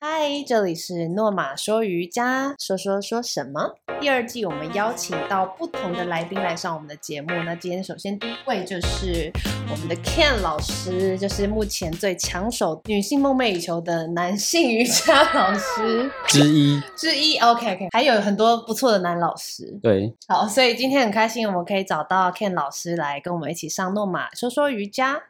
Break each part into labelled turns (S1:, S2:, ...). S1: 嗨，这里是诺玛说瑜伽，说说说什么？第二季我们邀请到不同的来宾来上我们的节目。那今天首先第一位就是我们的 Ken 老师，就是目前最抢手女性梦寐以求的男性瑜伽老师
S2: 之一。
S1: 之一。OK OK，还有很多不错的男老师。
S2: 对，
S1: 好，所以今天很开心，我们可以找到 Ken 老师来跟我们一起上诺玛说说瑜伽。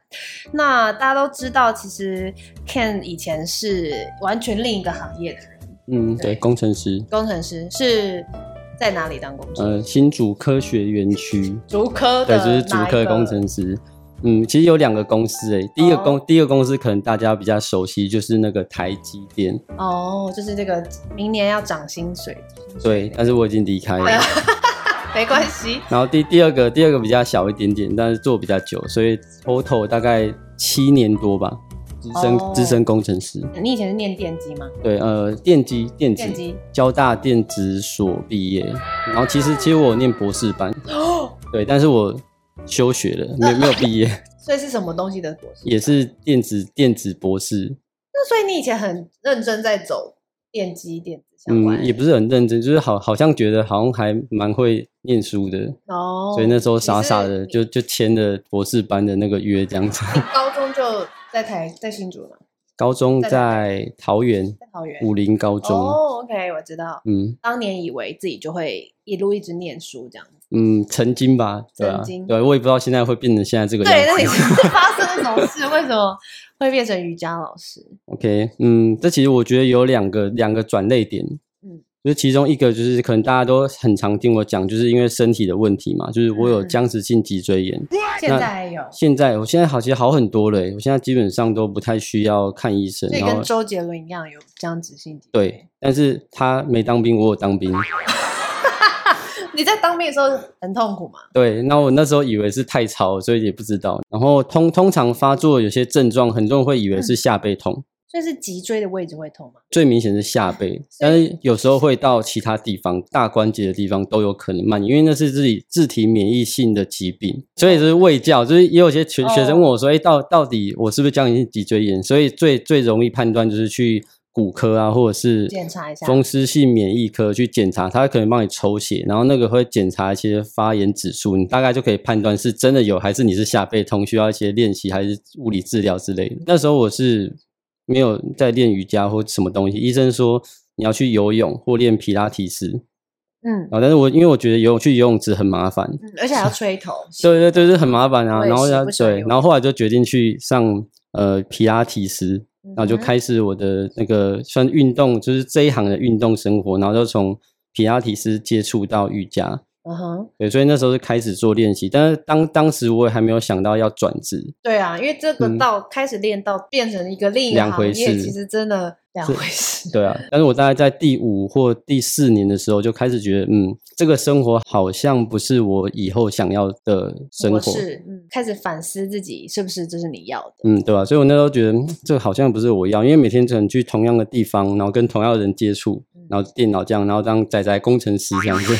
S1: 那大家都知道，其实 Ken 以前是完全另一个行业的人，
S2: 嗯，对，
S1: 对
S2: 工程师，
S1: 工程师是在哪里当工程师？
S2: 呃，新竹科学园区，
S1: 竹科
S2: 对
S1: 的，，
S2: 就是竹科工。程师。嗯，其实有两个公司诶、第一个
S1: 哦
S2: 公、第一个公司可能大家比较熟悉，就是那个台积电，
S1: 哦，就是这个明年要涨薪水。
S2: 对，但是我已经离
S1: 哎
S2: 开了。
S1: 没关系。
S2: 然后第第二个第二个比较小一点点，但是做比较久，所以 total 大概七年多吧，资深、
S1: 哦
S2: 资深工程师。
S1: 你以前是念电机 吗？
S2: 对，呃，电机电子
S1: 电机
S2: 交大电子所毕业，然后其实其实我有念博士班，对，但是我休学了，没没有毕业，
S1: 所以是什么东西的博士？
S2: 也是电子电子博士，
S1: 那所以你以前很认真在走电机电子相关
S2: 嗯，
S1: 的，
S2: 也不是很认真，就是好好像觉得好像还蛮会念书的，
S1: 哦。
S2: 所以那时候傻傻
S1: 你是
S2: 的就就签了博士班的那个约 这样子。
S1: 高中就在台在新竹嘛，
S2: 高中
S1: 在哪
S2: 在桃园
S1: 在桃园。
S2: 武林高中，
S1: 哦，OK，我知道。
S2: 嗯
S1: 当年以为自己就会一路一直念书这样子，
S2: 嗯，曾经吧，对啊
S1: 曾经，
S2: 对，我也不知道现在会变成现在这个样
S1: 对，那
S2: 子
S1: 你。是发生了什么事？为什么会变成瑜伽老师？
S2: OK，嗯，这其实我觉得有两个两个转类点，
S1: 嗯
S2: 嗯，就是其中一个就是可能大家都很常听我讲，就是因为身体的问题嘛，就是我有
S1: 嗯
S2: 僵直性脊椎炎，
S1: 现在还有，
S2: 现在我现在好其实好很多了欸，我现在基本上都不太需要看医生，
S1: 所以
S2: 然后
S1: 跟周杰伦一样有僵直性脊
S2: 对，但是他没当兵，我有当兵，
S1: 椎。你在当兵的时候很痛苦吗？
S2: 对，那我那时候以为是太吵了，所以也不知道。然后通通常发作有些症状，很多人会以
S1: 嗯
S2: 为是下背痛，
S1: 所以是脊椎的位置会痛吗？
S2: 最明显是下背，但是有时候会到其他地方，大关节的地方都有可能蔓延，因为那是自己自体免疫性的疾病，所以就是卫教，就是也有些学
S1: 哦
S2: 学生问我说，哎、到到底我是不是僵硬性脊椎炎？所以最最容易判断就是去骨科啊，或者是
S1: 检查一下
S2: 风湿性免疫科去检查，他可能帮你抽血，然后那个会检查一些发炎指数，你大概就可以判断是真的有还是你是下背痛需要一些练习，还是物理治疗之类的。那时候我是没有在练瑜伽或什么东西，医生说你要去游泳或练皮拉提斯
S1: 嗯
S2: 啊，但是我因为我觉得游泳去游泳池很麻烦，
S1: 嗯，而且还要吹头。
S2: 对对对，就是很麻烦啊。
S1: 我也
S2: 然后
S1: 是
S2: 要
S1: 不喜欢
S2: 对
S1: 游，
S2: 然后后来就决定去上呃皮拉提斯，
S1: 嗯哼，
S2: 然后就开始我的那个算运动，就是这一行的运动生活，然后就从皮拉提斯接触到瑜伽，
S1: 嗯哼，
S2: 对，所以那时候就开始做练习，但是当当时我也还没有想到要转职，
S1: 对啊，因为这个
S2: 嗯
S1: 到开始练到变成一个另一个
S2: 两回
S1: 行业，
S2: 事
S1: 其实真的两回事。
S2: 对啊，但是我大概在第五或第四年的时候就开始觉得，嗯，这个生活好像不是我以后想要的生
S1: 模
S2: 活，
S1: 式，嗯，开始反思自己是不是这是你要的。
S2: 嗯，对吧、所以我那时候觉得嗯这好像不是我要，因为每天只能去同样的地方，然后跟同样的人接触
S1: 嗯，
S2: 然后电脑这样，然后当仔仔工程师这样子，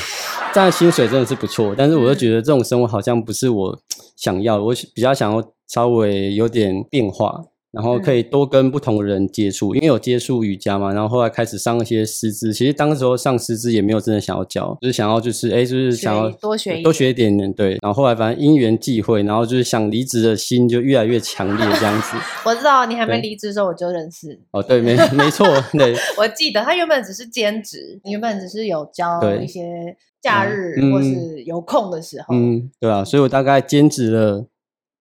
S2: 这样薪水真的是不错，但是我就觉得这种生活好像不是我想要的，我比较想要稍微有点变化。然后可以多跟不同的人接触，因为有接触瑜伽嘛，然后后来开始上一些师资。其实当时候上师资也没有真的想要教，就是想要就是哎，就是想要
S1: 学多学一
S2: 多学一点点，对。然后后来反正因缘际会，然后就是想离职的心就越来越强烈这样 子。
S1: 我知道你还没
S2: 对
S1: 离职的时候我就认识，
S2: 哦，对，没 没错，对，
S1: 我记得他原本只是兼职，你原本只是有教
S2: 对
S1: 一些假日
S2: 嗯
S1: 或是有空的时候，
S2: 嗯，对啊，所以我大概兼职了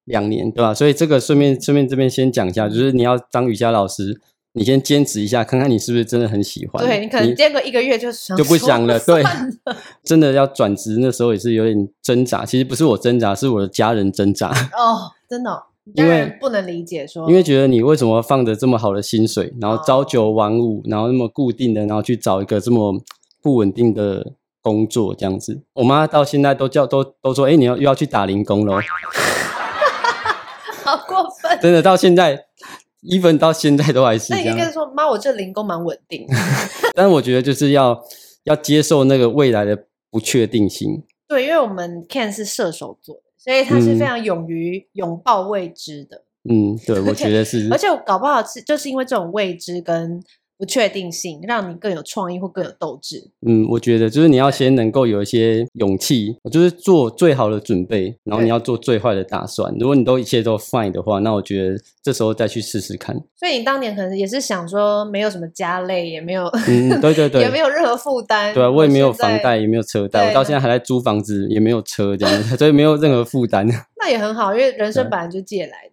S2: 两年，对吧、啊所以这个顺便顺便这边先讲一下，就是你要当瑜伽老师，你先兼职一下，看看你是不是真的很喜欢。
S1: 对你可能兼个一个月就想
S2: 就不
S1: 说
S2: 想了对
S1: 算了
S2: 真的要转职，那时候也是有点挣扎。其实不是我挣扎，是我的家人挣扎。
S1: 哦，真的哦、你
S2: 因
S1: 当
S2: 为
S1: 然不能理解说，
S2: 因为觉得你为什么放着这么好的薪水，然后朝
S1: 哦
S2: 九晚五，然后那么固定的，然后去找一个这么不稳定的工作这样子。我妈到现在都叫都都说，哎、你要又要去打零工喽，
S1: 好过分。
S2: 真的到现在。even 到现在都还是
S1: 那
S2: 这
S1: 你应该
S2: 样，
S1: 说，妈，我这零工蛮稳 定的。
S2: 但我觉得就是要要接受那个未来的不确定性，
S1: 对，因为我们 Ken 是射手座，所以他是非
S2: 嗯
S1: 常勇于拥抱未知的。
S2: 嗯，对，我觉得是
S1: 而，且我搞不好是就是因为这种未知跟不确定性，让你更有创意或更有斗志。
S2: 嗯，我觉得就是你要先能够有一些勇气，就是做最好的准备，然后你要做最坏的打算。如果你都一切都 fine 的话，那我觉得这时候再去试试看。
S1: 所以你当年可能也是想说，没有什么家累，也没有，
S2: 嗯，对对对，
S1: 也没有任何负担。
S2: 对啊，我也没有房
S1: 现
S2: 贷，
S1: 在，
S2: 也没有车贷，
S1: 对啊
S2: 我到现在还在租房子，也没有车这样子，所以没有任何负担。
S1: 那也很好，因为人生本来就借来的。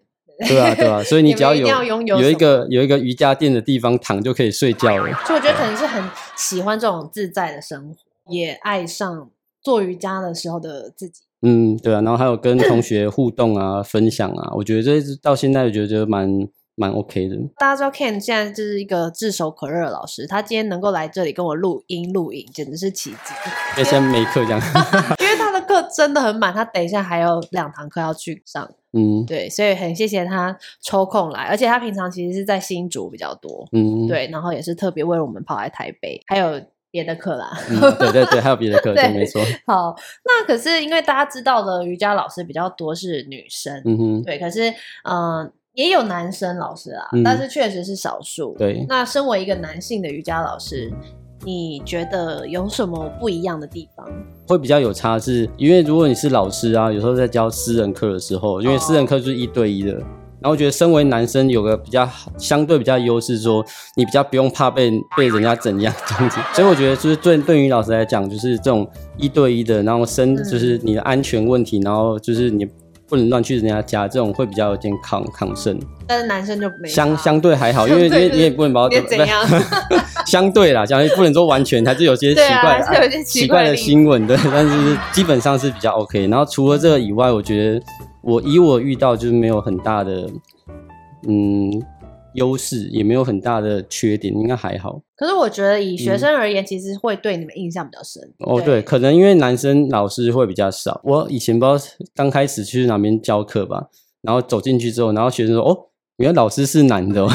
S2: 对啊，对啊，所以你
S1: 也没
S2: 只要
S1: 一
S2: 有
S1: 定要拥有
S2: 有一
S1: 什
S2: 个有一个瑜伽垫的地方躺就可以睡觉了。
S1: 所以我觉得可能是很喜欢这种自在的生活，也爱上做瑜伽的时候的自己。
S2: 嗯，对啊，然后还有跟同学互动啊、分享啊，我觉得这是到现在我觉得蛮蛮 OK 的。
S1: 大家知道 Ken 现在就是一个炙手可热的老师，他今天能够来这里跟我录音录影，简直是奇迹。
S2: 因为现在没课这样，
S1: 因为他的课真的很满，他等一下还有两堂课要去上，
S2: 嗯
S1: 对，所以很谢谢他抽空来，而且他平常其实是在新竹比较多，
S2: 嗯，
S1: 对，然后也是特别为我们跑来台北，还有别的课啦。
S2: 嗯，对对对，还有别的课，对，没错，
S1: 好，那可是因为大家知道的瑜伽老师比较多是女生，
S2: 嗯哼，
S1: 对，可是嗯、呃也有男生老师啊，
S2: 嗯
S1: 但是确实是少数。
S2: 对。
S1: 那身为一个男性的瑜伽老师，你觉得有什么不一样的地方？
S2: 会比较有差是，因为如果你是老师啊，有时候在教私人课的时候，因为私人课就是一对一的。然后我觉得，身为男生有个比较好相对比较优势说，你比较不用怕被被人家怎样这样子。所以我觉得，就是对对于老师来讲，就是这种一对一的，然后身
S1: 嗯
S2: 就是你的安全问题，然后就是你不能乱去人家家，这种会比较有点抗抗胜。
S1: 但是男生就没
S2: 相
S1: 差
S2: 相对还好，因
S1: 相
S2: 为因
S1: 对
S2: 为
S1: 就是
S2: 你也不能把
S1: 你也怎样
S2: 相对啦，讲不能说完全，还是有些奇
S1: 对啊
S2: 怪的、
S1: 还是有些奇
S2: 奇
S1: 怪的
S2: 怪的
S1: 例子
S2: 新闻的， 但是基本上是比较 OK。然后除了这个以外，我觉得我以我遇到就是没有很大的嗯优势，也没有很大的缺点，应该还好。
S1: 可是我觉得以学生而言，其实会对你们印象比较深。
S2: 嗯哦，对，可能因为男生老师会比较少。我以前不知道是刚开始去哪边教课吧，然后走进去之后，然后学生说：“哦，原来老师是男的、哦。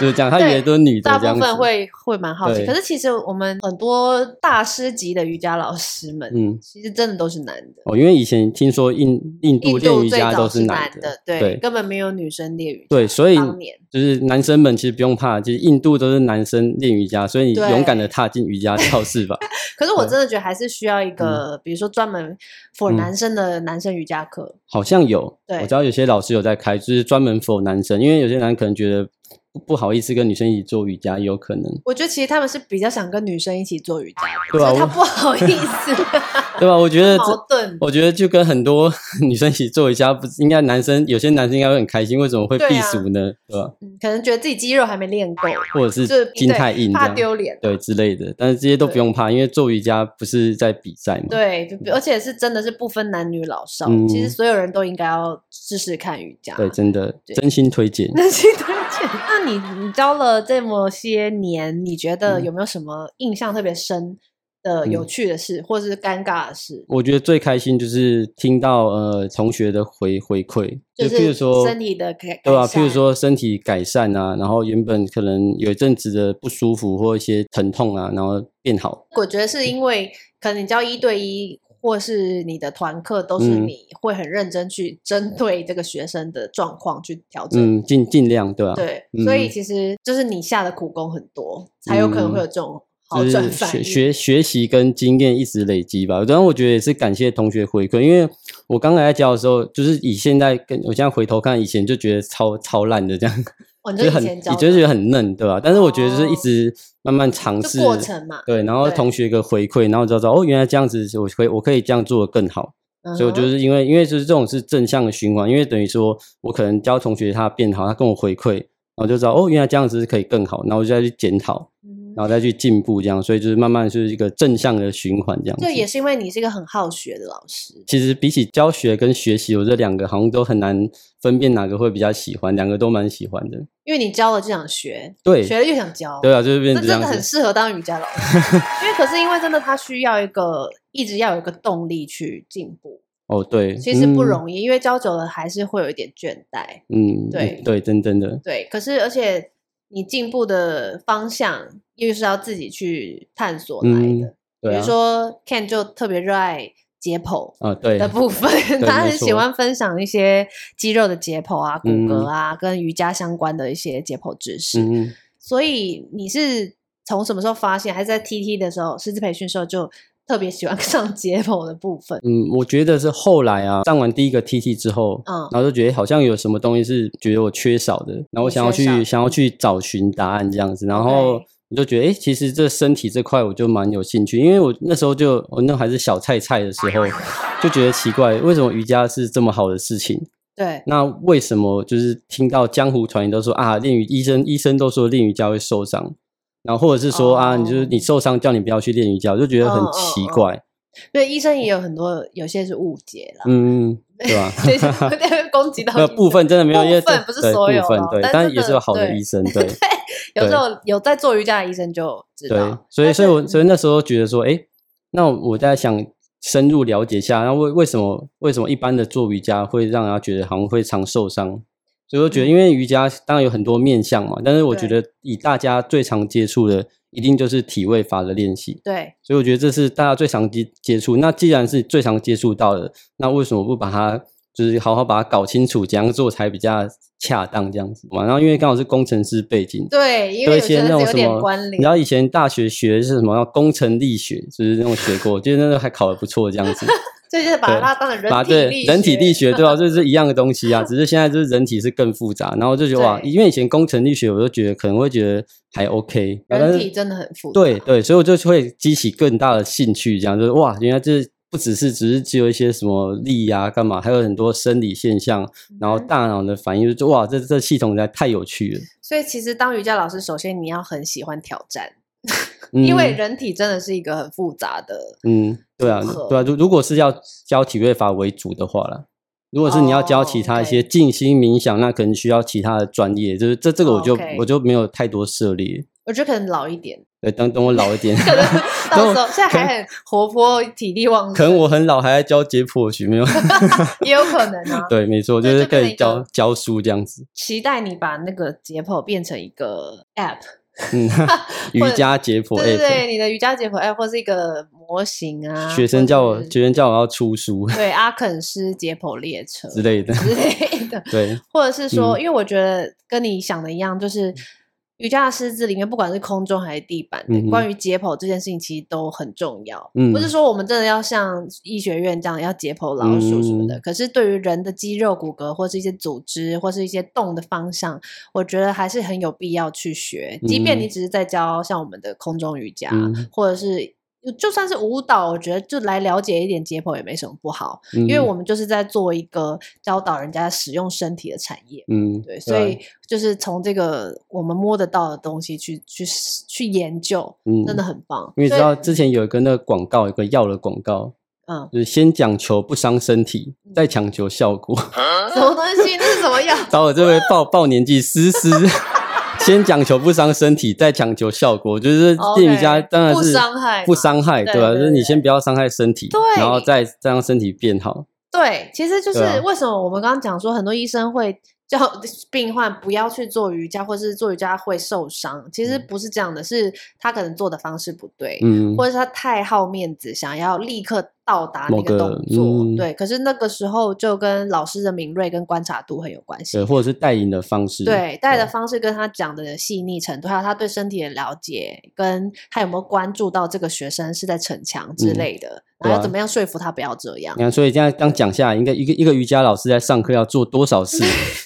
S2: 就是这样，他以为都是女的
S1: 呃 大
S2: 这样
S1: 部
S2: 子。
S1: 分会会蛮好奇。
S2: 对
S1: 可是其实我们很多大师级的瑜伽老师们，
S2: 嗯，
S1: 其实真的都是男的。
S2: 哦，因为以前听说印印
S1: 印
S2: 度练
S1: 度
S2: 瑜
S1: 最
S2: 伽
S1: 早
S2: 都
S1: 是
S2: 男
S1: 男的，对，
S2: 对
S1: 根本没有女生练瑜伽。
S2: 对，所以
S1: 当年
S2: 就是男生们其实不用怕，其实印度都是男生练瑜伽，所以你
S1: 对
S2: 勇敢的踏进瑜伽 教室吧。
S1: 可是我
S2: 对
S1: 真的觉得还是需要一个，比如说专门 for
S2: 嗯
S1: 男生的男生瑜伽课。
S2: 好像有，
S1: 对
S2: 我知道有些老师有在开，就是专门 for 男生，因为有些男可能觉得不不好意思跟女生一起做瑜伽，也有可能，
S1: 我觉得其实他们是比较想跟女生一起做瑜伽的，
S2: 对啊
S1: 所以他
S2: 我
S1: 不好意 思，
S2: 对吧？我觉得
S1: 矛
S2: 这。
S1: 盾。
S2: 我觉得就跟很多 女生一起做瑜伽，不是应该男生有些男生应该会很开心，为什么会
S1: 对
S2: 避
S1: 啊
S2: 俗呢？对吧？
S1: 嗯可能觉得自己肌肉还没练够，
S2: 或者
S1: 就是对
S2: 筋太硬，这
S1: 怕
S2: 样。
S1: 丢脸。
S2: 对之类的，但是这些都不用怕，因为做瑜伽不是在比赛嘛。
S1: 对，啊就而且是真的是不分男女老少，
S2: 嗯
S1: 其实所有人都应该要试试看瑜伽。
S2: 对，真的
S1: 对
S2: 真心推荐。
S1: 那去推荐。那你你教了这么些年，你觉得
S2: 嗯
S1: 有没有什么印象特别深的、有趣的事，或是尴尬的事？
S2: 我觉得最开心就是听到呃同学的回回馈，就譬
S1: 是
S2: 如说
S1: 身体的改
S2: 对吧、啊
S1: 改
S2: 譬如
S1: 善
S2: 说身体改善啊，然后原本可能有一阵子的不舒服或一些疼痛啊，然后变好。
S1: 我觉得是因为可能你教一对一，或是你的团课，都是
S2: 嗯
S1: 你会很认真去针对这个学生的状况去调整。
S2: 嗯，尽尽量对吧、
S1: 对，所以
S2: 嗯
S1: 其实就是你下的苦功很多，才有可能会有这种好
S2: 就
S1: 转
S2: 是
S1: 反
S2: 学
S1: 应。
S2: 学学习跟经验一直累积吧。当然，我觉得也是感谢同学回馈，因为我刚来教的时候，就是以现在跟我现在回头看以前就觉得超超烂的这样，
S1: 哦，你
S2: 就是
S1: 就
S2: 很
S1: 以
S2: 你
S1: 前教
S2: 就
S1: 的
S2: 觉得很嫩，对吧？但是我觉得就是一
S1: 哦
S2: 直慢慢尝试
S1: 就过程嘛
S2: 对，然后
S1: 对
S2: 同学一个回馈，然后就知道哦，原来这样子我可以我可以这样做的更好。
S1: 嗯哼，
S2: 所以我就是因为因为就是这种是正向的循环，因为等于说我可能教同学他变好，他跟我回馈，然后就知道哦，原来这样子是可以更好，然后我就再去检讨。
S1: 嗯哼。
S2: 然后再去进步，这样，所以就是慢慢就是一个正向的循环这样子。
S1: 这也是因为你是一个很好学的老师，
S2: 其实比起教学跟学习，我这两个好像都很难分辨哪个会比较喜欢，两个都蛮喜欢的。
S1: 因为你教了就想学，
S2: 对，
S1: 学了就想教，
S2: 对啊，就是变
S1: 这
S2: 成这
S1: 真
S2: 样
S1: 的很
S2: 子。
S1: 适合当瑜伽老师。 因为可是因为真的他需要一个一直要有一个动力去进步，
S2: 哦，对，
S1: 其实不
S2: 易。
S1: 容易，因为教久了还是会有一点倦怠。
S2: 嗯，
S1: 对
S2: 对，真真的，
S1: 对，可是而且你进步的方向又是要自己去探索来的。
S2: 对
S1: 比
S2: 啊
S1: 如，说 Ken 就特别热爱解剖
S2: 啊，对
S1: 的，部分，
S2: 对
S1: 他
S2: 没
S1: 很喜
S2: 错
S1: 欢分享一些肌肉的解剖啊、骨骼
S2: 嗯
S1: 啊、跟瑜伽相关的一些解剖知识。
S2: 嗯，
S1: 所以你是从什么时候发现，还是在 TT 的时候，师资培训的时候就特别喜欢 上解剖的部分？
S2: 嗯，我觉得是后来啊，上完第一个 TT 之后，
S1: 嗯
S2: 然后就觉得好像有什么东西是觉得我缺少的，然后我想要
S1: 缺少嗯
S2: 去想要去找寻答案这样子，然后
S1: OK
S2: 我就觉得，哎、其实这身体这块我就蛮有兴趣，因为我那时候就我那还是小菜菜的时候，就觉得奇怪，为什么瑜伽是这么好的事情？
S1: 对，
S2: 那为什么就是听到江湖传言都说啊，练瑜医生医生都说练瑜伽会受伤，然后或者是说、啊，
S1: 哦
S2: 你就是你受伤叫你不要去练瑜伽，我就觉得很
S1: 嗯嗯
S2: 奇
S1: 嗯
S2: 怪，
S1: 对，医生也有很多，有些是误解啦，
S2: 嗯，对吧？
S1: 所以就有点攻击到
S2: 那
S1: 医生
S2: 部分真的没有，因为
S1: 部分
S2: 这
S1: 不是
S2: 对
S1: 所有
S2: 部分
S1: 咯
S2: 对，
S1: 但
S2: 但
S1: 真
S2: 也
S1: 的
S2: 是有好的
S1: 对
S2: 医生，对
S1: 有时候有在做瑜伽的医生就知
S2: 对
S1: 道，，
S2: 所以
S1: 但
S2: 所以
S1: 是嗯
S2: 我所以那时候觉得说，哎，那我在想深入了解一下，那为为什么为什么一般的做瑜伽会让人家觉得好像会常受伤？所以我觉得，因为瑜伽当然有很多面向嘛，但是我觉
S1: 嗯对
S2: 得以大家最常接触的，一定就是体位法的练习。
S1: 对
S2: 所以我觉得这是大家最常接接触。那既然是最常接触到的，那为什么不把它就是好好把它搞清楚，怎样做才比较恰当这样子嘛？然后因为刚好是工程师背景，
S1: 对，因
S2: 有
S1: 为有
S2: 一
S1: 些
S2: 些
S1: 人是
S2: 那种
S1: 有
S2: 什
S1: 点
S2: 么
S1: 关，
S2: 你
S1: 联
S2: 知，道以前大学学的是什么叫工程力学，就是那种学过，就是那个还考得不错这样子，
S1: 所以就是把
S2: 对
S1: 它当成
S2: 把
S1: 人体
S2: 对
S1: 力
S2: 人体力
S1: 学，
S2: 学对啊吧、这是一样的东西啊，只是现在就是人体是更复杂，然后就觉得哇，
S1: 对
S2: 因为以前工程力学我就觉得可能会觉得还 OK，然后但
S1: 人
S2: 是
S1: 体真的很复杂，
S2: 对对，所以我就会激起更大的兴趣，这样就是哇，原来这不只是只是只有一些什么力啊，干嘛，还有很多生理现象，然后
S1: 嗯
S2: 大脑的反应，就哇，这这系统实在太有趣了。
S1: 所以其实当瑜伽老师，首先你要很喜欢挑战，
S2: 嗯、
S1: 因为人体真的是一个很复杂的。
S2: 嗯，对啊
S1: 组合，
S2: 对啊，如如果是要教体位法为主的话啦。如果是你要教
S1: 哦
S2: 其他一
S1: ，OK
S2: 些静心冥想那可能需要其他的专业，就是这这个我
S1: 哦
S2: 就、
S1: ，OK
S2: 我就没有太多涉猎。
S1: 我觉得可能老一点，
S2: 对，等等我老一 点，
S1: 可能到时候
S2: 等我
S1: 现在还很活泼、体力旺
S2: 可
S1: 盛，
S2: 能我很老还在教解剖学，没有？
S1: 也有可能啊。
S2: 对，没错，就
S1: 对
S2: 是
S1: 就变
S2: 可
S1: 成一个
S2: 以教教书这样子。
S1: 期待你把那个解剖变成一个 app，
S2: 嗯，瑜伽解剖
S1: 对对
S2: 哦 app，
S1: 对，你的瑜伽解剖 app 或是一个模型啊。
S2: 学生
S1: 或
S2: 叫我
S1: 是
S2: 学生叫我要出书
S1: 对阿肯斯解剖列车
S2: 之类的，
S1: 之类的，
S2: 对，
S1: 或者是说，
S2: 嗯
S1: 因为我觉得跟你想的一样，就是瑜伽的师资里面，不管是空中还是地板的，
S2: 嗯哼
S1: 关于解剖这件事情，其实都很重要。
S2: 嗯
S1: 不是说我们真的要像医学院这样要解剖老鼠什么的，
S2: 嗯
S1: 可是对于人的肌肉、骨骼或是一些组织或是一些动的方向，我觉得还是很有必要去学。即便
S2: 嗯
S1: 你只是在教像我们的空中瑜伽，
S2: 嗯
S1: 或者是。就算是舞蹈，我觉得就来了解一点解剖也没什么不好。
S2: 因
S1: 因为我们就是在做一个教导人家使用身体的产业，
S2: 嗯，
S1: 对，所
S2: 对啊
S1: 以就是从这个我们摸得到的东西去去去研究，
S2: 嗯
S1: 真的很棒。
S2: 因为知
S1: 所以
S2: 道之前有一个那个广告，有个药的广告，
S1: 嗯，
S2: 就是先讲求不伤身体，再讲求效果。
S1: 什么东西那是什么药？
S2: 找我这位报报年纪思思，先讲求不伤身体，再讲求效果。就是练瑜伽
S1: 哦 OK，
S2: 当然
S1: 不
S2: 是
S1: 伤害
S2: 不
S1: 嘛
S2: 伤害，
S1: 对
S2: 对吧？
S1: 对
S2: 就是你
S1: 对
S2: 先不要伤害身体，然后
S1: 对
S2: 再再让身体变好。
S1: 对，其实就是
S2: 对啊
S1: 为什么我们刚刚讲说，很多医生会叫病患不要去做瑜伽，或是做瑜伽会受伤，其实不是这样的，是他可能做的方式不对，
S2: 嗯，
S1: 或者是他太好面子，想要立刻到达那
S2: 某
S1: 个
S2: 个
S1: 动作，
S2: 嗯
S1: 对。可是那个时候就跟老师的敏锐跟观察度很有关系
S2: 对，。或者是带引的方式，
S1: 对，带的方式跟他讲的细腻程度，还有他对身体的了解，跟他有没有关注到这个学生是在逞强之
S2: 嗯
S1: 类的，
S2: 对
S1: 然后
S2: 啊
S1: 怎么样说服他不要这样
S2: 你。看，所以这样刚讲下来，应该一个一个瑜伽老师在上课要做多 少事？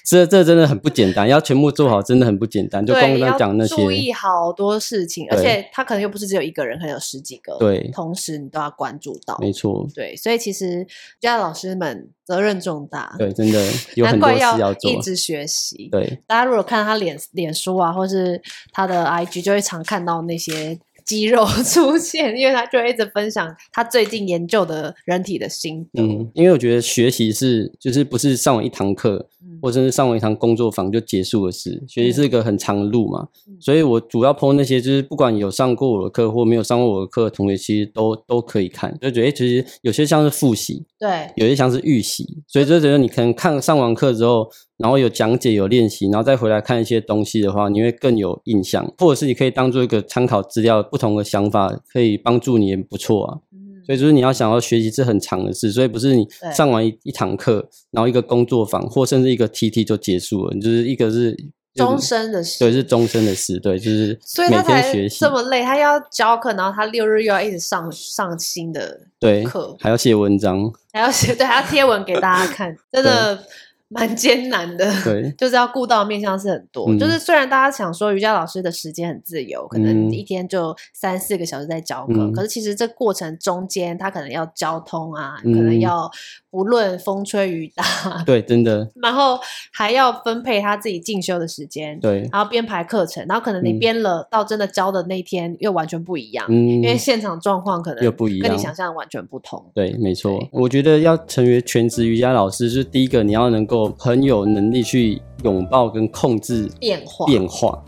S2: 这这真的很不简单，要全部做好真的很不简单。就
S1: 对，
S2: 光刚
S1: 要
S2: 刚讲那
S1: 注
S2: 些，
S1: 意好多事情，而
S2: 对
S1: 且他可能又不是只有一个人，可能有十几个，
S2: 对
S1: 同时你都要关注到，
S2: 没错，
S1: 对，所以其实瑜伽老师们责任重大，
S2: 对，真的有
S1: 难
S2: 很多
S1: 怪
S2: 事要做啊
S1: 一。直学习。
S2: 对，
S1: 大家如果看他脸脸书啊，或是他的 IG，就会常看到那些肌肉出现，因为他就会一直分享他最近研究的人体的心得。
S2: 嗯，因为我觉得学习是就是不是上完一堂课，
S1: 嗯
S2: 或者是上完一堂工作坊就结束的事。学习是一个很长的路嘛
S1: 嗯，
S2: 所以我主要 PO 那些就是不管有上过我的课或没有上过我的课的同学，其实都都可以看，就觉得诶其实有些像是复习，
S1: 对，
S2: 有些像是预习，所以就觉得你可能看上完课之后，然后有讲解、有练习，然后再回来看一些东西的话，你会更有印象，或者是你可以当做一个参考资料，不同的想法可以帮助你，也不错啊。
S1: 嗯
S2: 所以就是你要想要学习是很长的事，所以不是你
S1: 对
S2: 上完一一堂课，然后一个工作坊或甚至一个 TT 就结束了，你就是一个是
S1: 终身的事。
S2: 对，是终身的事，对，就是
S1: 所以
S2: 每
S1: 他才
S2: 天学习
S1: 这，么累，他要教课，然后他六日又要一直上上新的
S2: 对，
S1: 课，
S2: 还要写文章，
S1: 还要写，对，还要贴文给大家 看，真的蛮艰难的。
S2: 对，
S1: 就是要顾到的面向是很多，
S2: 嗯
S1: 就是虽然大家想说瑜伽老师的时间很自由，可能
S2: 嗯
S1: 一天就三四个小时在教课，
S2: 嗯
S1: 可是其实这过程中间他可能要交通啊，
S2: 嗯
S1: 可能要不论风吹雨打，
S2: 对，真的，
S1: 然后还要分配他自己进修的时间，
S2: 对，
S1: 然后编排课程，然后可能你
S2: 嗯
S1: 编了到真的教的那一天又完全不一样，
S2: 嗯
S1: 因，为现场状况可
S2: 又
S1: 能
S2: 不一
S1: 跟
S2: 样
S1: 你，想象的完全不同。
S2: 对，没错。我觉得要成为全职瑜伽老师，就是第一个你要能够很有能力去拥抱跟控制
S1: 变化
S2: 变化，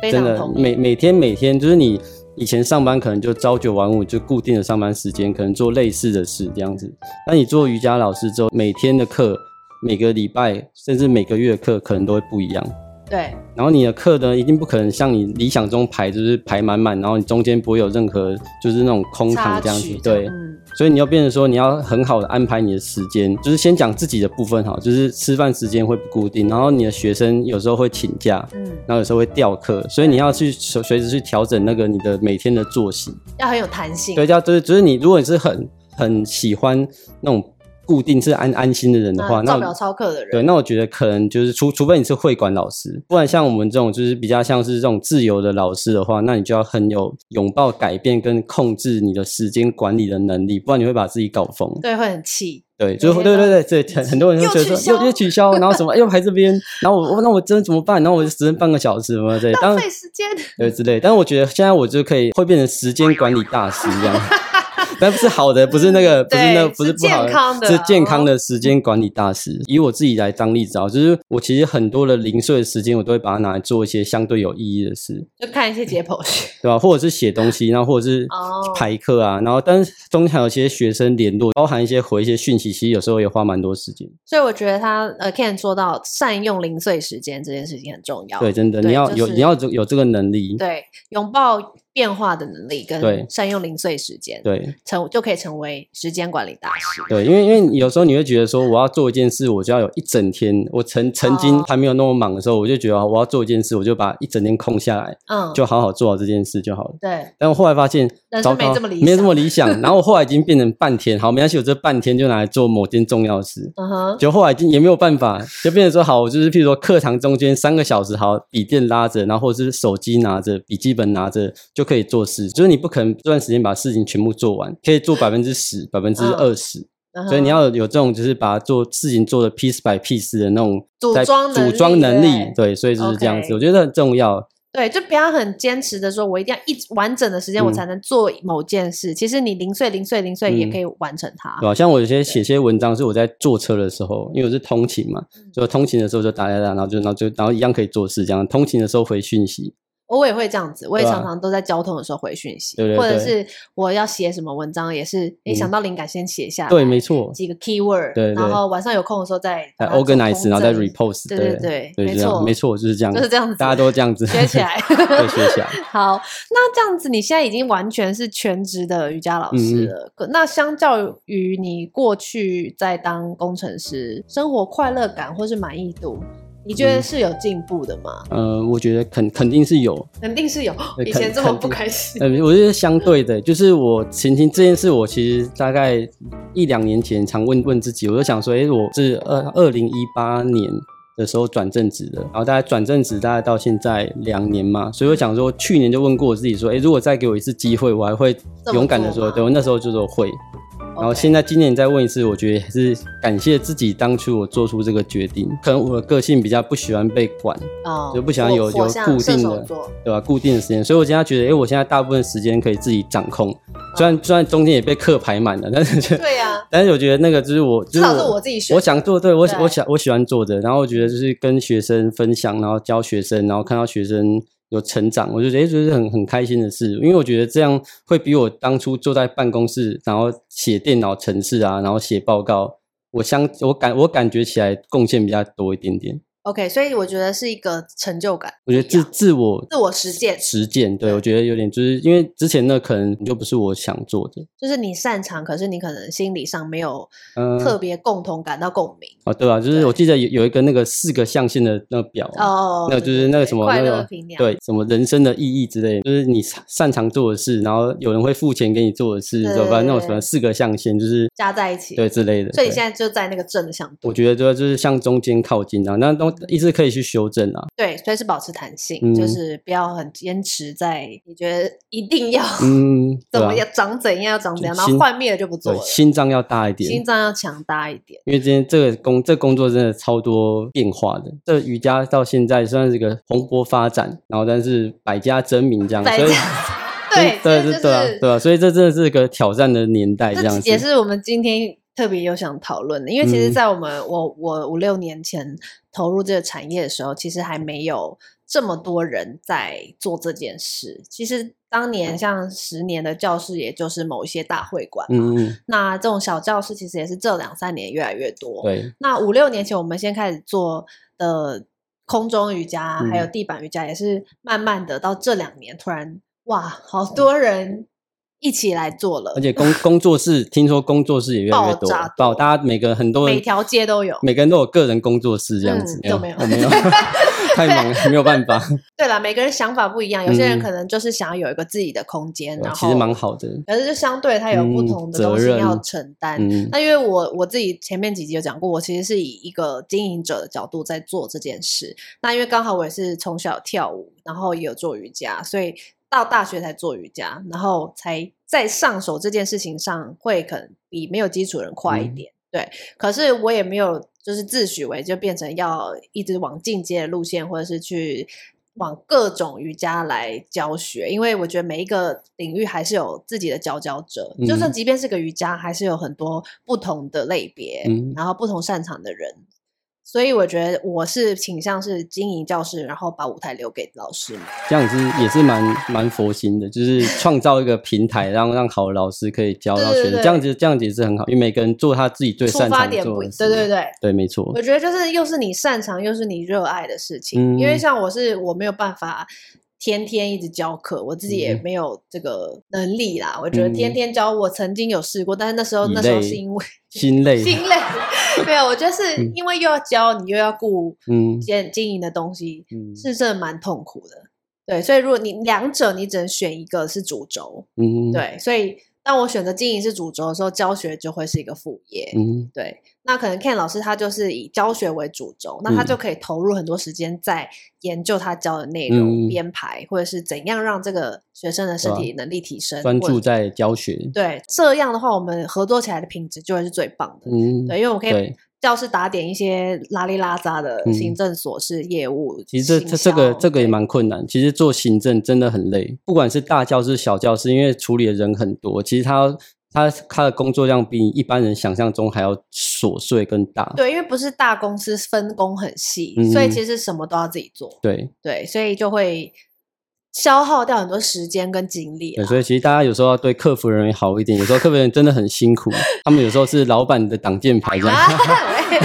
S1: 非
S2: 真
S1: 常
S2: 的
S1: 同意，
S2: 每每天每天就是你以前上班可能就朝九晚五，就固定的上班时间，可能做类似的事这样子。那你做瑜伽老师之后，每天的课、每个礼拜甚至每个月的课可能都会不一样。
S1: 对
S2: 然后你的课呢，一定不可能像你理想中排就是排满满，然后你中间不会有任何就是那种空
S1: 插
S2: 堂这样子
S1: 曲，
S2: 对。
S1: 嗯
S2: 所以你要变成说，你要很好的安排你的时间，就是先讲自己的部分好，就是吃饭时间会不固定，然后你的学生有时候会请假，
S1: 嗯，
S2: 然后有时候会掉课，所以你要去随随时去调整那个你的每天的作息。
S1: 要很有弹性，
S2: 对，叫就是就是你如果你是很很喜欢那种固定是安安心的人的话，
S1: 嗯
S2: 那
S1: 照
S2: 我
S1: 表操课的
S2: 对，
S1: 人，
S2: 那我觉得可能就是除除非你是会馆老师，不然像我们这种就是比较像是这种自由的老师的话，那你就要很有拥抱改变跟控制你的时间管理的能力，不然你会把自己搞疯。
S1: 对，会很气，
S2: 对，就
S1: 每
S2: 对
S1: 天都
S2: 对对对，很很多人就觉得
S1: 又取
S2: 说
S1: 消
S2: 又又取消，然后什么又排这边，然后我我那我真的怎么办？然后我就只剩半个小时什么之类的，当
S1: 浪
S2: 然
S1: 费时间。
S2: 对之类的。但是我觉得现在我就可以会变成时间管理大师这样。 但不是好的，不是那个，不是那
S1: 对
S2: 个，不是不好
S1: 是健康的哦
S2: 是健康的时间管理大师。以我自己来当例子啊，就是我其实很多的零碎的时间，我都会把它拿来做一些相对有意义的事，
S1: 就看一些解剖学，
S2: 对吧？或者是写东西，然后或者是
S1: 哦
S2: 排课啊，然后但是中间还有一些学生联络，包含一些回一些讯息，其实有时候也花蛮多时间。
S1: 所以我觉得他呃，Ken 说到善用零碎时间这件事情很重要。
S2: 对，真的，
S1: 哦对
S2: 你要
S1: 就
S2: 有
S1: 是
S2: 你要有这个能力。
S1: 对拥抱变化的能力
S2: 对
S1: 跟善用零碎时间，
S2: 对，
S1: 成就可以成为时间管理大师。
S2: 对，因为因为有时候你会觉得说，我要做一件事，我就要有一整天。我曾曾经
S1: 哦
S2: 还没有那么忙的时候，我就觉得我要做一件事，我就把一整天空下来，
S1: 嗯，
S2: 就好好做好这件事就好了。
S1: 对，
S2: 但我后来发现，
S1: 人
S2: 糟
S1: 生
S2: 糕
S1: 没这么理，
S2: 没有这么理想。然后我后来已经变成半天，好，没关系，我这半天就拿来做某件重要的事。
S1: 嗯哼，
S2: 就后来已经也没有办法，就变成说好，我就是譬如说课堂中间三个小时，好，笔电拉着，然后或者是手机拿着，笔记本拿着就可以做事。就是你不可能这段时间把事情全部做完，可以做百分之十、百分之二十，
S1: 嗯哼
S2: 所以你要有这种，就是把它做事情做的 piece by piece 的那种
S1: 组
S2: 在
S1: 装能力
S2: 组装能力
S1: 对，
S2: 对，所以就是这样子
S1: OK 啊
S2: 我觉得很重要。
S1: 对，就不要很坚持的说，我一定要一直完整的时间我
S2: 嗯
S1: 才能做某件事。其实你零碎、零碎、零碎也
S2: 嗯
S1: 可以完成它。
S2: 对吧？像我有些写些文章，是我在坐车的时候，因为我是通勤嘛，
S1: 嗯
S2: 所以通勤的时候就打打打，然后就然后就然后一样可以做事，这样通勤的时候回讯息，
S1: 我也会这样子，我也
S2: 对啊
S1: 常常都在交通的时候回讯息，
S2: 对对
S1: 或者
S2: 对
S1: 是我要写什么文章，也是诶
S2: 嗯
S1: 想到灵感先写下来，
S2: 对，没错，
S1: 几个 keyword，
S2: 对对
S1: 然后晚上有空的时候再把
S2: 再
S1: 它做
S2: organize，
S1: 公
S2: 然后再
S1: 证
S2: repost，
S1: 对对
S2: 对
S1: 对没
S2: 就这样
S1: 错
S2: 没错，就是这样，
S1: 就是这样子
S2: 大家都这样子
S1: 学起来
S2: 对，学起来。
S1: 好，那这样子你现在已经完全是全职的瑜伽老师
S2: 嗯嗯
S1: 了，可那相较于你过去在当工程师，生活快乐感或是满意度，你觉得
S2: 嗯
S1: 是有进步的吗？
S2: 呃，我觉得肯肯定是有，
S1: 肯定是有，
S2: 对
S1: 以
S2: 肯
S1: 前这么
S2: 肯
S1: 不
S2: 定
S1: 开心，
S2: 呃，我觉得相对的，就是我前情这件事，我其实大概一两年前常问问自己，我就想说，诶，我是二二零一八年的时候转正职的，然后大概转正职大概到现在两年嘛，所以我想说，去年就问过我自己说，诶，如果再给我一次机会，我还会
S1: 这么
S2: 勇敢的
S1: 做
S2: 说，
S1: 吗
S2: 对我那时候就说会，然后
S1: OK
S2: 现在今年再问一次，我觉得还是感谢自己当初我做出这个决定，可能我的个性比较不喜欢被管，
S1: 哦
S2: 就不想
S1: 我
S2: 有
S1: 我
S2: 有
S1: 像
S2: 固
S1: 射
S2: 定
S1: 手
S2: 的
S1: 座
S2: 对吧、固定的时间，所以我现在觉得，哎、我现在大部分时间可以自己掌控，
S1: 嗯
S2: 虽然虽然中间也被课排满了，但是就
S1: 对呀、
S2: 但是我觉得那个就是我，
S1: 至
S2: 就是
S1: 少是我自己选
S2: 我
S1: 的。
S2: 想做，对我
S1: 对
S2: 我想我喜欢做的，然后我觉得就是跟学生分享，然后教学生，然后看到学生有成长，我就觉得、诶就是很很开心的事，因为我觉得这样会比我当初坐在办公室，然后写电脑程式啊，然后写报告，我相我感我感觉起来贡献比较多一点点。
S1: OK，所以我觉得是一个成就感，
S2: 我觉得自自我
S1: 自我实践
S2: 实践，对我觉得有点就是因为之前那可能就不是我想做的，
S1: 就是你擅长，可是你可能心理上没有
S2: 嗯、
S1: 特别共同感到共鸣。
S2: 哦，对啊，就是我记得有有一个那个四个象限的那个表，啊
S1: 哦，
S2: 那个就是那个
S1: 对
S2: 什么
S1: 快
S2: 那
S1: 乐
S2: 个
S1: 平量，
S2: 对什么人生的意义之类的，就是你擅擅长做的事，然后有人会付钱给你做的事，
S1: 对
S2: 什么那种
S1: 对
S2: 什么四个象限，就是
S1: 加在一起。
S2: 对，之类的。
S1: 所以你
S2: 对嗯
S1: 现在就在那个正的向度。
S2: 我觉得就就是向中间靠近啊，那都一直可以去修正啊。
S1: 对，所以是保持弹性，
S2: 嗯
S1: 就是不要很坚持在你觉得一定要、
S2: 嗯，
S1: 怎
S2: 对
S1: 么
S2: 啊，
S1: 样长怎样要长怎样，然后
S2: 心
S1: 幻灭了就不做
S2: 对，
S1: 了。
S2: 心脏要大一点
S1: 心。脏要强大一点。
S2: 因为今天这个工这工作真的超多变化的，这瑜伽到现在算是一个蓬勃发展，然后但是百家争鸣这样，
S1: 百
S2: 所以
S1: 家 对，
S2: 对
S1: 这
S2: 对
S1: 就
S2: 对啊
S1: 是
S2: 对啊，所以这真的是一个挑战的年代这样
S1: 这
S2: 子，
S1: 也是我们今天特别有想讨论的，因为其实，
S2: 嗯
S1: 在我们、我我五六年前投入这个产业的时候，其实还没有这么多人在做这件事。其实当年像十年的教室，也就是某一些大会馆，
S2: 嗯嗯，
S1: 那这种小教室其实也是这两三年越来越多。
S2: 对，
S1: 那五六年前我们先开始做的空中瑜伽，还有
S2: 嗯
S1: 地板瑜伽，也是慢慢的到这两年突然哇，好多人一起来做了，
S2: 而且工工作室听说工作室也越来越
S1: 爆
S2: 多
S1: 炸，
S2: 爆大家每个很多人
S1: 每条街都有。
S2: 每个人都有个人工作室这样子，
S1: 嗯都没有
S2: 我没有，太忙 了，没有办法，
S1: 对啦，每个人想法不一样，有些人
S2: 嗯哦
S1: 可能就是想要有一个自己的空间， 然后
S2: 其实蛮好的，
S1: 可是就相对他有不
S2: 嗯
S1: 同的
S2: 责
S1: 东西要
S2: 任
S1: 承担，
S2: 嗯
S1: 那因为我我自己前面几集有讲过，我其实是以一个经营者的角度在做这件事。那因为刚好我也是从小跳舞，然后也有做瑜伽，所以到大学才做瑜伽，然后才在上手这件事情上会可能比没有基础的人快一
S2: 嗯
S1: 点。对，可是我也没有就是自诩为就变成要一直往进阶的路线，或者是去。往各种瑜伽来教学，因为我觉得每一个领域还是有自己的佼佼者，就算
S2: 嗯
S1: 即便是个瑜伽，还是有很多不同的类别，
S2: 嗯
S1: 然后不同擅长的人。所以我觉得我是倾向是经营教室，然后把舞台留给老师们。
S2: 这样子也是蛮蛮佛心的，就是创造一个平台，让让好的老师可以教到
S1: 对对
S2: 学生，
S1: 对
S2: 这样子这样子也是很好，因为每个人做他自己最
S1: 出
S2: 擅
S1: 发
S2: 长
S1: 点
S2: 做
S1: 不一，
S2: 的事，
S1: 对对对，
S2: 对，没错
S1: 我，觉得就是又是你擅长又是你热爱的事情，因为
S2: 嗯
S1: 像我是我没有办法天天一直教课，我自己也
S2: 嗯
S1: 没有这个能力啦。我觉得天
S2: 嗯
S1: 天教我曾经有试过，但是那时候
S2: 以
S1: 那时候
S2: 累
S1: 是因 为
S2: 心累，
S1: 心累，没有，我觉得是
S2: 嗯
S1: 因为又要教你又要顾
S2: 嗯
S1: 经经营的东西，
S2: 嗯
S1: 是真的蛮痛苦的。对，所以如果你两者你只能选一个是主轴，
S2: 嗯，
S1: 对，所以当我选择经营是主轴的时候，教学就会是一个副业。
S2: 嗯
S1: 对，那可能 Ken 老师他就是以教学为主轴，那他
S2: 嗯
S1: 就可以投入很多时间在研究他教的内容、
S2: 嗯
S1: 编排，或者是怎样让这个学生的身
S2: 对啊
S1: 体能力提升，
S2: 专
S1: 或者
S2: 注在教学，
S1: 对这样的话，我们合作起来的品质就会是最棒的。
S2: 嗯，
S1: 对，因为我可以
S2: 对，
S1: 教室打点一些拉里拉杂的行
S2: 嗯
S1: 政琐事、业务。
S2: 其实
S1: 行
S2: 这这这个
S1: 销
S2: 这个也
S1: 对
S2: 蛮困难。其实做行政真的很累，不管是大教室、小教室，因为处理的人很多，其实他他他的工作量比一般人想象中还要琐碎跟大。
S1: 对，因为不是大公司分工很细，所
S2: 嗯
S1: 以其实什么都要自己做。
S2: 对
S1: 对，所以就会消耗掉很多时间跟精力
S2: 对，
S1: 啦。
S2: 所以其实大家有时候要对客服人员好一点，有时候客服人员真的很辛苦，他们有时候是老板的挡箭牌这样。
S1: 啊， 喂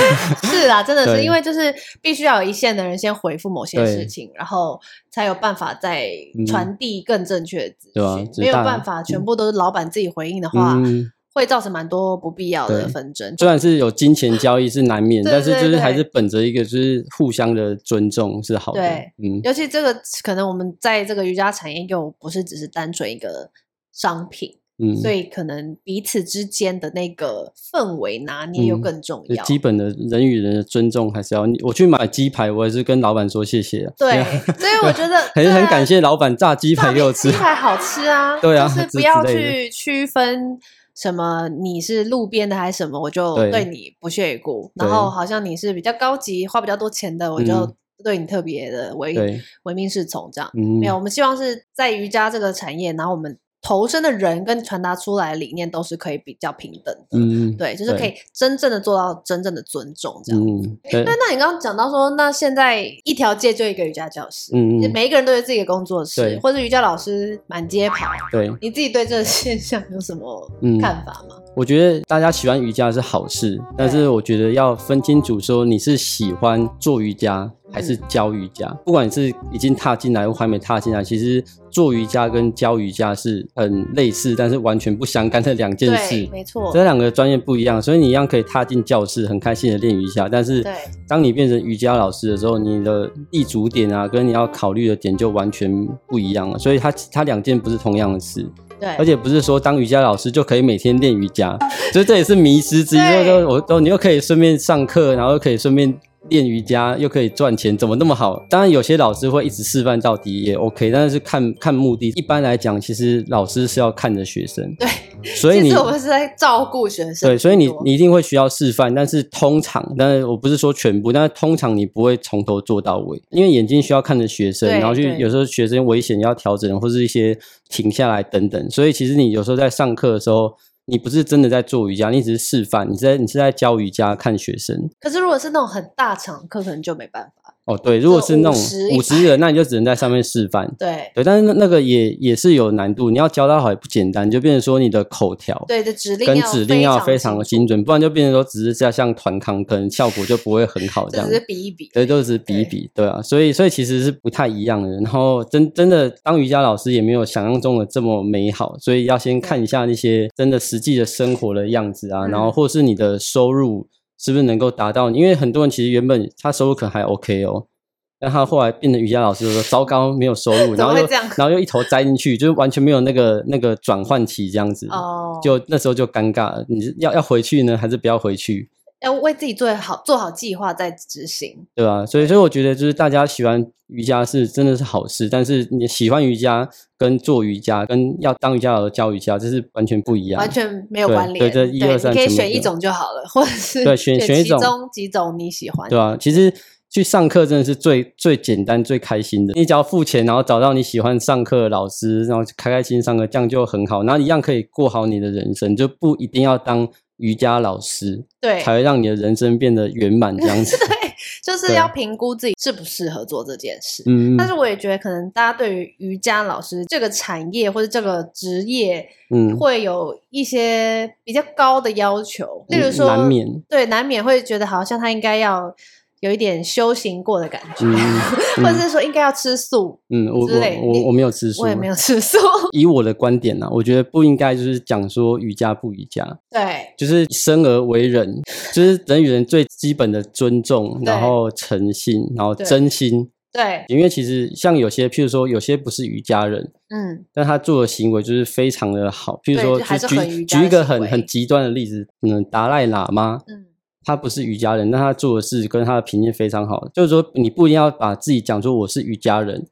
S1: 是啊，真的是
S2: 对
S1: 因为就是必须要有一线的人先回复某些事
S2: 对
S1: 情，然后才有办法再
S2: 嗯
S1: 传递更正确的资
S2: 对啊
S1: 讯。
S2: 只
S1: 没有
S2: 大
S1: 办法，全部都是老板自己回应的话，
S2: 嗯，
S1: 会造成蛮多不必要的
S2: 对
S1: 纷争。
S2: 虽然是有金钱交易是难免，
S1: 对
S2: 但是就
S1: 对
S2: 是
S1: 对
S2: 还是本着一个就是互相的尊重是好的。
S1: 对
S2: 嗯，
S1: 尤其这个可能我们在这个瑜伽产业又不是只是单纯一个商品，
S2: 嗯
S1: 所以可能彼此之间的那个氛围拿捏又
S2: 嗯
S1: 更重
S2: 就
S1: 要。
S2: 基本的人与人的尊重还是要。你我去买鸡排，我也是跟老板说谢谢、啊。
S1: 对，所以我觉得
S2: 很、
S1: 对啊
S2: 很感谢老板炸鸡排给我吃
S1: 炸。鸡排好吃啊，
S2: 对啊
S1: 就是
S2: 之
S1: 不要
S2: 之类
S1: 去
S2: 的
S1: 区分什么你是路边的还是什么，我就
S2: 对
S1: 对你不屑一顾。然
S2: 对
S1: 后好像你是比较高级、花比较多钱的，我就
S2: 嗯
S1: 对你特别的唯
S2: 对，
S1: 唯命是从这样。
S2: 嗯
S1: 啊没有，我们希望是在瑜伽这个产业，然后我们投身的人跟传达出来的理念都是可以比较平等的。
S2: 嗯，
S1: 对，就是可
S2: 对
S1: 以真正的做到真正的尊重这样。
S2: 嗯，对
S1: 对，，那你刚刚讲到说，那现在一条街就一个瑜伽教室，
S2: 嗯嗯
S1: 每一个人都有自己的工作室
S2: 对，
S1: 或者瑜伽老师满街跑，
S2: 对。
S1: 你自己对这个现象有什么
S2: 嗯
S1: 看法吗？
S2: 我觉得大家喜欢瑜伽是好事，但是我觉得要分清楚，说你是喜欢做瑜
S1: 嗯
S2: 伽还是教瑜伽。不管你是已经踏进来或还没踏进来，其实做瑜伽跟教瑜伽是很类似，但是完全不相干的两件
S1: 对，
S2: 事。
S1: 没错，
S2: 这两个专业不一样，所以你一样可以踏进教室，很开心的练瑜伽。但是
S1: 对，
S2: 当你变成瑜伽老师的时候，你的立足点啊，跟你要考虑的点就完全不一样了。所以它它两件不是同样的事。
S1: 对，
S2: 而且不是说当瑜伽老师就可以每天练瑜伽， 所以这也是迷失之一。
S1: 对
S2: 就是说我都你又可以顺便上课，然后又可以顺便练瑜伽，又可以赚钱，怎么那么好？当然有些老师会一直示范到底也 OK，但是看看目的。一般来讲，其实老师是要看着学生，
S1: 对，
S2: 所以
S1: 其
S2: 你
S1: 实我们是在照顾学生，
S2: 对，所以你
S1: 更多
S2: 你一定会需要示范，但是通常，但是我不是说全部，但是通常你不会从头做到尾，因为眼睛需要看着学生，
S1: 对
S2: 然后去
S1: 对
S2: 有时候学生危险要调整或是一些停下来等等，所以其实你有时候在上课的时候，你不是真的在做瑜伽，你只是示范，你是在你是在教瑜伽看学生。
S1: 可是如果是那种很大场课，可能就没办法。
S2: 哦，对，如果
S1: 这
S2: 是那种
S1: 50
S2: 五十人，那你就只能在上面示范。
S1: 对，
S2: 对，但是那那个也也是有难度，你要教到好也不简单，就变成说你的口条，
S1: 对的指令
S2: 跟指令要非常
S1: 清
S2: 的
S1: 楚
S2: 精准，不然就变成说只是在像团康跟效果就不会很好
S1: 这
S2: 这样
S1: 只。是比一比。
S2: 对，就只是比一比，对啊，所以所以其实是不太一样的。然后真真的当瑜伽老师也没有想象中的这么美好，所以要先看一下那些真的实际的生活的样子啊，
S1: 嗯
S2: 然后或是你的收入是不是能够达到你，因为很多人其实原本他收入可能还 OK 哦，但他后来变成瑜伽老师就说糟糕没有收 入，
S1: 怎
S2: 然
S1: 么
S2: 后
S1: 会
S2: 又
S1: 这样
S2: 然后又一头栽进去，就是完全没有那个那个转换期这样子。
S1: 哦，
S2: 就那时候就尴尬了，你是要要回去呢，还是不要回去，
S1: 要为自己做好做好计划再执行。
S2: 对吧？所以，所以我觉得就是大家喜欢瑜伽是真的是好事，但是你喜欢瑜伽跟做瑜伽跟要当瑜伽老师教瑜伽，这是完全不一样。
S1: 完全没有
S2: 对
S1: 关联，
S2: 对这一二三
S1: 你可以
S2: 全部
S1: 选
S2: 没
S1: 一
S2: 有
S1: 种就好了，或者是
S2: 对选选一
S1: 其
S2: 种
S1: 中几种你喜欢，
S2: 对啊吧、其实去上课真的是最最简单、最开心的。你只要付钱，然后找到你喜欢上课的老师，然后开开心心上课，这样就很好。然后一样可以过好你的人生，就不一定要当瑜伽老师，
S1: 对
S2: 才会让你的人生变得圆满这 样子。
S1: 就是
S2: 对
S1: 要评估自己适不适合做这件事。
S2: 嗯，
S1: 但是我也觉得，可能大家对于瑜伽老师这个产业或者这个职业，
S2: 嗯，
S1: 会有一些比较高的要求，例如
S2: 嗯
S1: 说，
S2: 难免。
S1: 对，难免会觉得好像他应该要有一点修行过的感觉，
S2: 嗯
S1: 或者是说应该要吃素，
S2: 嗯，我
S1: 之类
S2: 我我我没有吃素，啊
S1: 我也没有吃素，
S2: 以我的观点呢、啊我觉得不应该就是讲说瑜伽不瑜伽，
S1: 对，
S2: 就是生而为人，就是人与人最基本的尊重，
S1: 对
S2: 然后诚信，然后
S1: 对
S2: 真心。
S1: 对，
S2: 因为其实像有些，譬如说有些不是瑜伽人，
S1: 嗯，
S2: 但他做的行为就是非常的好。譬如说
S1: 对就还，是
S2: 就
S1: 很
S2: 举
S1: 瑜伽的
S2: 举一个
S1: 行
S2: 很
S1: 为
S2: 很极端的例子，嗯，达赖喇嘛，
S1: 嗯，
S2: 他不是瑜伽人，但他做的事跟他的评价非常好。就是说，你不一定要把自己讲说我是瑜伽人，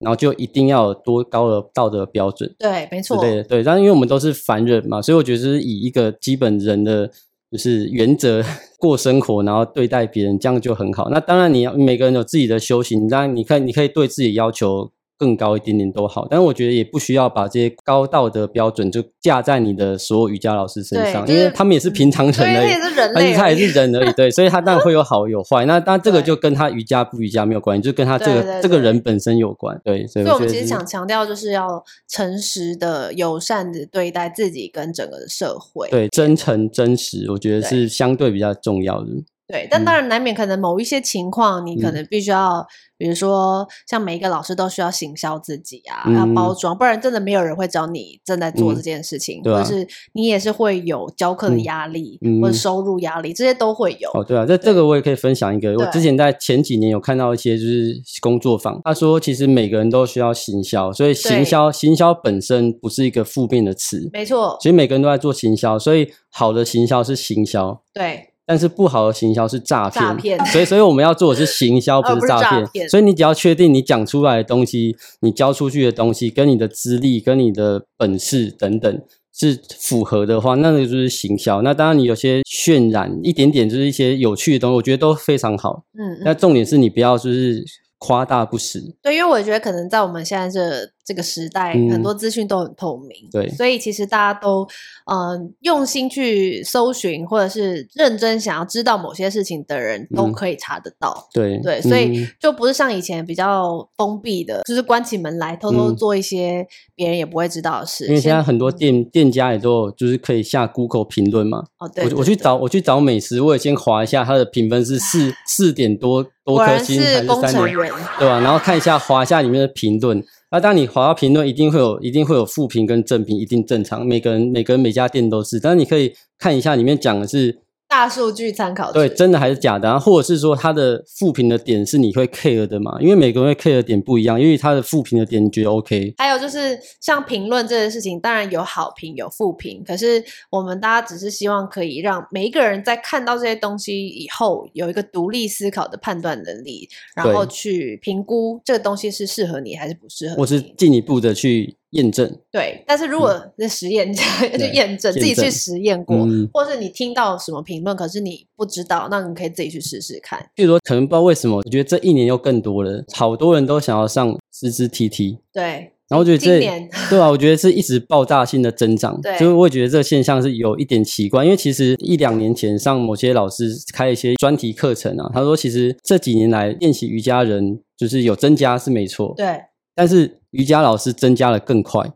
S2: 然后就一定要有多高的道德标准。
S1: 对，没
S2: 之
S1: 错，
S2: 类的。对，但是因为我们都是凡人嘛，所以我觉得就是以一个基本人的就是原则 过生活，然后对待别人，这样就很好。那当然你要每个人有自己的修行，当然你看你可以对自己要求。更高一点点都好，但是我觉得也不需要把这些高道德标准就架在你的所有瑜伽老师身
S1: 对
S2: 上，
S1: 就是
S2: 因为他们也是平常人
S1: 对，
S2: 而
S1: 这
S2: 已
S1: 也，是人
S2: 而且
S1: 类
S2: 他
S1: 而
S2: 也
S1: 已，
S2: 是人而已，对，所以他当然会有好 有坏。那那这个
S1: 对
S2: 就跟他瑜伽不瑜伽没有关系，就跟他这个
S1: 对对对
S2: 这个人本身有关，对，所
S1: 所
S2: 以
S1: 以我
S2: 觉
S1: 们
S2: 得
S1: 其实
S2: 是
S1: 想强调，就是要诚实的、友善的对待自己跟整个社会。
S2: 对，真诚真实，我觉得
S1: 对
S2: 是相对比较重要的。
S1: 对但当然难免可能某一些情况，你可
S2: 嗯
S1: 能必须要，比如说像每一个老师都需要行销自己啊，
S2: 嗯
S1: 要包装，不然真的没有人会找你正在做这件事情，
S2: 对啊
S1: 或者是你也是会有教课的
S2: 嗯
S1: 压力、
S2: 嗯
S1: 或者收入压力，这些都会有。
S2: 哦，对啊，这这个我也可以分享一个，我
S1: 对
S2: 之前在前几年有看到一些就是工作坊，他说其实每个人都需要行销，所以行销行销本身不是一个负面的词，
S1: 没错，
S2: 其实每个人都在做行销，所以好的行销是行销。
S1: 对
S2: 但是不好的行销是诈骗，
S1: 诈骗
S2: 所以所以我们要做的是 行销，
S1: 而
S2: 不
S1: 不是
S2: 是诈
S1: 诈
S2: 骗。
S1: 骗
S2: 所以你只要确定你讲出来的东西，你交出去的东西，跟你的资历、跟你的本事等等是符合的话，那个就是行销。那当然，你有些渲染一点点，就是一些有趣的东西，我觉得都非常好。
S1: 嗯，嗯
S2: 那重点是你不要就是夸大不实，
S1: 对，因为我觉得可能在我们现在这这个时代，
S2: 嗯
S1: 很多资讯都很透明，
S2: 对
S1: 所以其实大家都嗯、呃用心去搜寻，或者是认真想要知道某些事情的人，都
S2: 嗯
S1: 可以查得到。
S2: 对
S1: 对，所以
S2: 嗯
S1: 就不是像以前比较封闭的，就是关起门来偷偷
S2: 嗯
S1: 做一些别人也不会知道的事。
S2: 因为现在很多
S1: 嗯
S2: 店店家也都有，就是可以下 Google 评论嘛。
S1: 哦，对，
S2: 我
S1: 对
S2: 我去
S1: 对
S2: 找我去找美食，我也先划一下它的评分是四四点多多
S1: 果
S2: 颗
S1: 然
S2: 星还
S1: 是
S2: 是
S1: 工
S2: 三
S1: 程
S2: 点，
S1: 人，
S2: 对吧、然后看一下划一下里面的评论。那、当你划到评论，一定会有一定会有负评跟正评，一定正常。每个人每个人每家店都是，但是你可以看一下里面讲的是
S1: 大数据参考
S2: 对
S1: 值
S2: 真的还是假的、啊，或者是说它的负评的点是你会 care 的嘛？因为每个人会 care 的点不一样，因为它的负评的点你觉得 OK，
S1: 还有就是像评论这件事情，当然有好评有负评，可是我们大家只是希望可以让每一个人在看到这些东西以后，有一个独立思考的判断能力，然
S2: 对
S1: 后去评估这个东西是适合你还是不适合你。
S2: 或是进一步的去验证。
S1: 对，但是如果是实验家就
S2: 对
S1: 验证自
S2: 验
S1: 己去
S2: 证
S1: 实验过，
S2: 嗯
S1: 或是你听到什么评论，可是你不知道，那你可以自己去试试看。
S2: 譬如说，可能不知道为什么，我觉得这一年又更多了，好多人都想要上支支 T T，
S1: 对，
S2: 然后我觉得
S1: 今
S2: 这
S1: 年
S2: 对啊，我觉得是一直爆炸性的增长，
S1: 对
S2: 就是我也觉得这个现象是有一点奇怪，因为其实一两年前上某些老师开一些专题课程啊，他说其实这几年来练习瑜伽人就是有增加是没错，
S1: 对。
S2: 但是瑜伽老师增加的更快。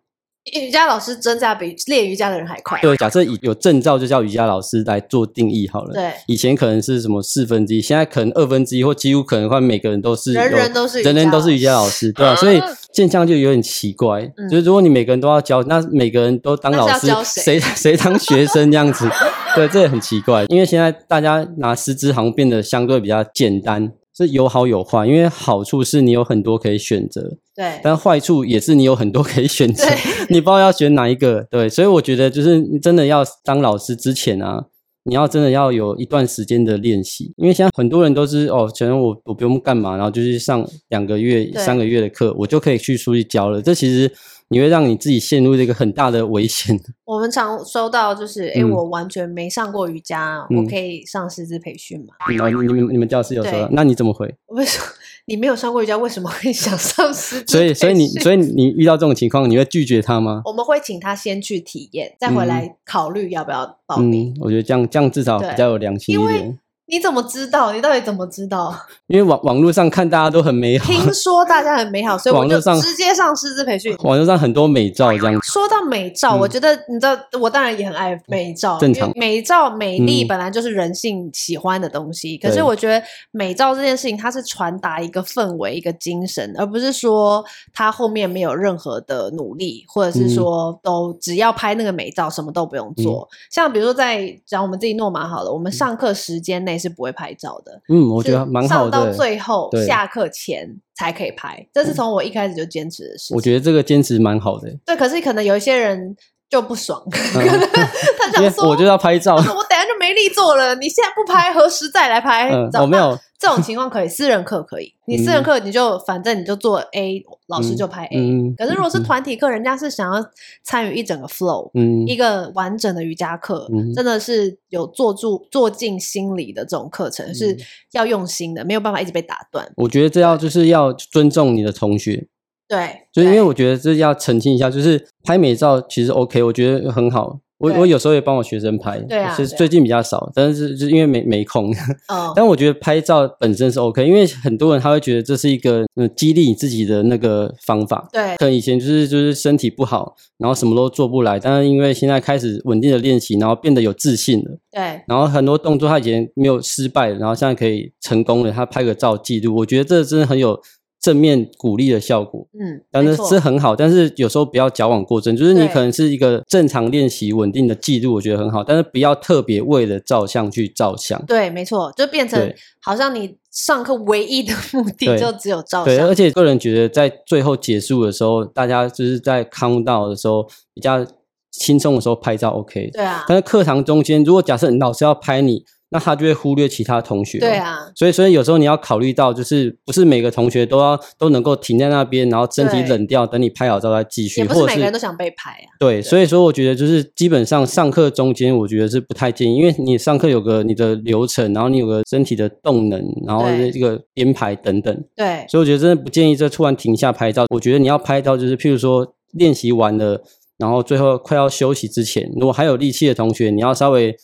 S1: 瑜伽老师增加比练瑜伽的人还快，
S2: 对，假设以有证照就叫瑜伽老师来做定义好了。
S1: 对
S2: 以前可能是什么四分之一，现在可能二分之一，或几乎可能快每个人都是有，
S1: 人人都是瑜伽
S2: 人人都是瑜伽老师，对吧、
S1: 啊
S2: 所以现象就有点奇怪，
S1: 嗯
S2: 就是如果你每个人都要教，那每个人都当老
S1: 那是
S2: 师
S1: 要教，谁
S2: 谁 谁当学生这样子， 对，这也很奇怪。因为现在大家拿师资好像变得相对比较简单。是有好有坏，因为好处是你有很多可以选择，
S1: 对
S2: 但坏处也是你有很多可以选择
S1: 对。
S2: 你不知道要选哪一个，对，所以我觉得就是你真的要当老师之前啊，你要真的要有一段时间的练习，因为现在很多人都是哦，反正我我不用干嘛，然后就是上两个月、
S1: 对
S2: 三个月的课，我就可以去出去教了。这其实你会让你自己陷入这个很大的危险，
S1: 我们常收到就是，哎、
S2: 嗯
S1: 我完全没上过瑜伽，
S2: 嗯
S1: 我可以上师资培训 吗？
S2: 然后你们你们教室有
S1: 对
S2: 说，那你怎么回？
S1: 我会说，你没有上过瑜伽，为什么会想上师资
S2: 所以所以你
S1: 培训
S2: 所以你遇到这种情况，你会拒绝他吗？
S1: 我们会请他先去体验，再回来考虑要不要报名。
S2: 嗯嗯，我觉得这样这样至少
S1: 哦对
S2: 比较有良心
S1: 因
S2: 一
S1: 为
S2: 点，
S1: 你怎么知道？你到底怎么知道？
S2: 因为网网络上看大家都很美好，
S1: 听说大家很美好，所以我
S2: 网
S1: 就
S2: 络上
S1: 直接上师资培训。
S2: 网络上很多美照这样子，
S1: 说到美照，
S2: 嗯
S1: 我觉得你知道，我当然也很爱美照，
S2: 正常
S1: 因为美照美丽
S2: 嗯
S1: 本来就是人性喜欢的东西，可是
S2: 对
S1: 我觉得美照这件事情，它是传达一个氛围、一个精神，而不是说它后面没有任何的努力，或
S2: 嗯
S1: 者是说都只要拍那个美照，什么都不用做。
S2: 嗯
S1: 像比如说在讲我们自己诺马好了，我们上课时间内是不会拍照的，
S2: 嗯，我觉
S1: 是
S2: 得蛮
S1: 上
S2: 好的。
S1: 到最后
S2: 对嗯
S1: 下课前才可以拍，这是从我一开始就坚持的事情。
S2: 我觉得这个坚持蛮 好的、
S1: 对，可是可能有一些人就不爽，
S2: 嗯
S1: 他
S2: 因
S1: 想
S2: 为
S1: 说，
S2: 我就要 拍照。
S1: 我等下就没力做了，你现在不拍，何时再来拍？
S2: 嗯，
S1: 找
S2: 我没有，
S1: 这种情况可以，私人课可 以，你私人课你就、反正你就做 A，老师就拍 A、
S2: 嗯
S1: 可是如果是
S2: 嗯
S1: 团体课，人家是想要参与一整个 flow，、
S2: 嗯
S1: 一个完整的瑜伽课，
S2: 嗯
S1: 真的是有做住做进心理的这种课程、是
S2: 嗯
S1: 要用心的，没有办法一直被打断。
S2: 我觉得这要就是要尊重你的同学，
S1: 对，
S2: 就是因
S1: 对
S2: 为我觉得这要澄清一下，就是拍美照其实 OK，我觉得很好。我
S1: 对
S2: 我有时候也帮我学生拍，
S1: 对啊
S2: 是
S1: 对啊
S2: 最近比较少，但是就是因为没没空。
S1: 嗯，
S2: 但我觉得拍照本身是 OK，因为很多人他会觉得这是一个嗯激励你自己的那个方法。
S1: 对
S2: 可能以前就是就是身体不好，然后什么都做不来，但是因为现在开始稳定的练习，然后变得有自信了，
S1: 对
S2: 然后很多动作他以前没有失败的，然后现在可以成功了，他拍个照记录，我觉得这真的很有正面鼓励的效果。
S1: 嗯，
S2: 但
S1: 没
S2: 是
S1: 错
S2: 是很好，但是有时候不要矫枉过正，就是你
S1: 对
S2: 可能是一个正常练习、稳定的记录，我觉得很好，但是不要特别为了照相去照相。
S1: 对，没错，就变成
S2: 对
S1: 好像你上课唯一的 目的
S2: 对
S1: 就只有照
S2: 对，而
S1: 相。
S2: 且个人觉得在最后结束的时候，大家就是在 count down 的时候比较轻松的时候拍照 OK，
S1: 对啊，
S2: 但是课堂中间，如果假设你老师要拍你，那他就会忽略其他同学。
S1: 对。啊，
S2: 所以，所以有时候你要考虑到，就是不是每个同学都要都能够停在那边，然后身体
S1: 对
S2: 冷掉，等你拍好照再继续，
S1: 也不是
S2: 或者
S1: 每
S2: 是
S1: 个人都想被拍啊。
S2: 对，所以说我觉得就是基本上上课中间，我觉得是不太建议，因为你上课有个你的流程，然后你有个身体的动能，然后
S1: 对
S2: 这个编排等等，
S1: 对，
S2: 所以我觉得真的不建议这突然停下拍照。我觉得你要拍照，就是譬如说练习完了，然后最后快要休息之前，如果还有力气的同学，你要稍微